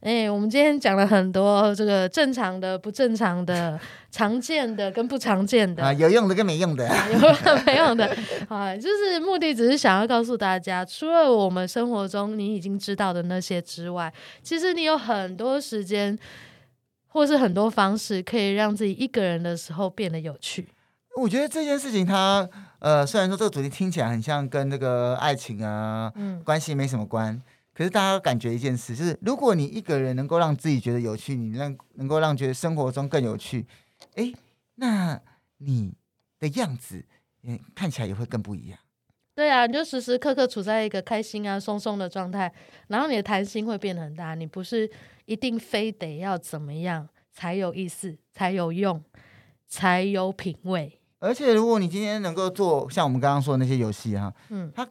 B: 哎、我们今天讲了很多这个正常的、不正常的、常见的跟不常见的
A: 啊，，有用的跟没用的，
B: 有 (laughs) 没有的啊？就是目的只是想要告诉大家，除了我们生活中你已经知道的那些之外，其实你有很多时间，或是很多方式，可以让自己一个人的时候变得有趣。
A: 我觉得这件事情它，呃，虽然说这个主题听起来很像跟那个爱情啊
B: 嗯
A: 关系没什么关，可是大家感觉一件事，就是如果你一个人能够让自己觉得有趣，你让能够让觉得生活中更有趣，诶，那你的样子也看起来也会更不一样。
B: 对啊，你就时时刻刻处在一个开心啊、松松的状态，然后你的弹性会变得很大。你不是一定非得要怎么样才有意思、才有用、才有品味。
A: 而且如果你今天能够做像我们刚刚说的那些游戏哈、
B: 嗯，
A: 它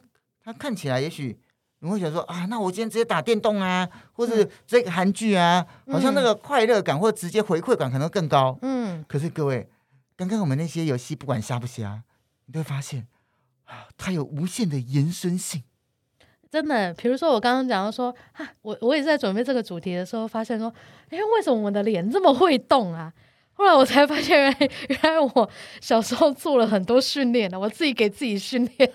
A: 看起来也许你会想说啊，那我今天直接打电动啊，或是这个韩剧啊，好像那个快乐感或直接回馈感可能更高。
B: 嗯，
A: 可是各位，刚刚我们那些游戏不管瞎不瞎，你都会发现啊，它有无限的延伸性。
B: 真的，比如说我刚刚讲到说，啊，我我也是在准备这个主题的时候，发现说，哎，为什么我的脸这么会动啊？后来我才发现原来，原来我小时候做了很多训练的，我自己给自己训练。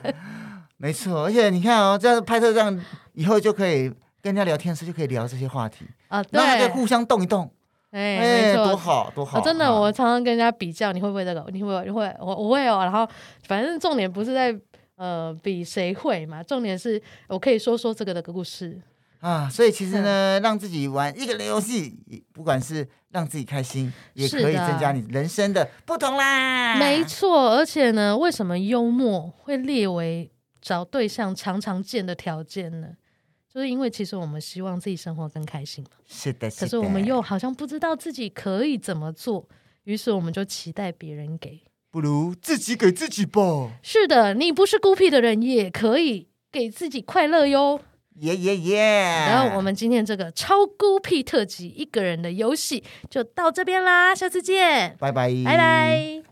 A: 没错，而且你看哦，这样拍摄这样以后就可以跟人家聊天的时候就可以聊这些话题，
B: 啊，对，
A: 然后再
B: 哎，
A: 互相动一动，
B: 没
A: 哎，
B: 错，
A: 多好多好！
B: 啊真的，
A: 啊
B: 我常常跟人家比较，你会不会这个？你会不会？你会？我我会哦。然后反正重点不是在呃比谁会嘛，重点是我可以说说这个的故事。
A: 啊，所以其实呢，让自己玩一个人游戏，不管是让自己开心，也
B: 是
A: 可以
B: 的
A: 增加你人生的不同啦。
B: 没错，而且呢，为什么幽默会列为找对象常常见的条件呢？就是因为其实我们希望自己生活更开心嘛，
A: 是的，是的。
B: 可是我们又好像不知道自己可以怎么做，于是我们就期待别人给。
A: 不如自己给自己吧。
B: 是的，你不是孤僻的人也可以给自己快乐哟。
A: 耶耶耶！
B: 然
A: 哎
B: 后我们今天这个超孤僻特辑《一个人的游戏》就到这边啦，下次见，
A: 拜拜，
B: 拜拜。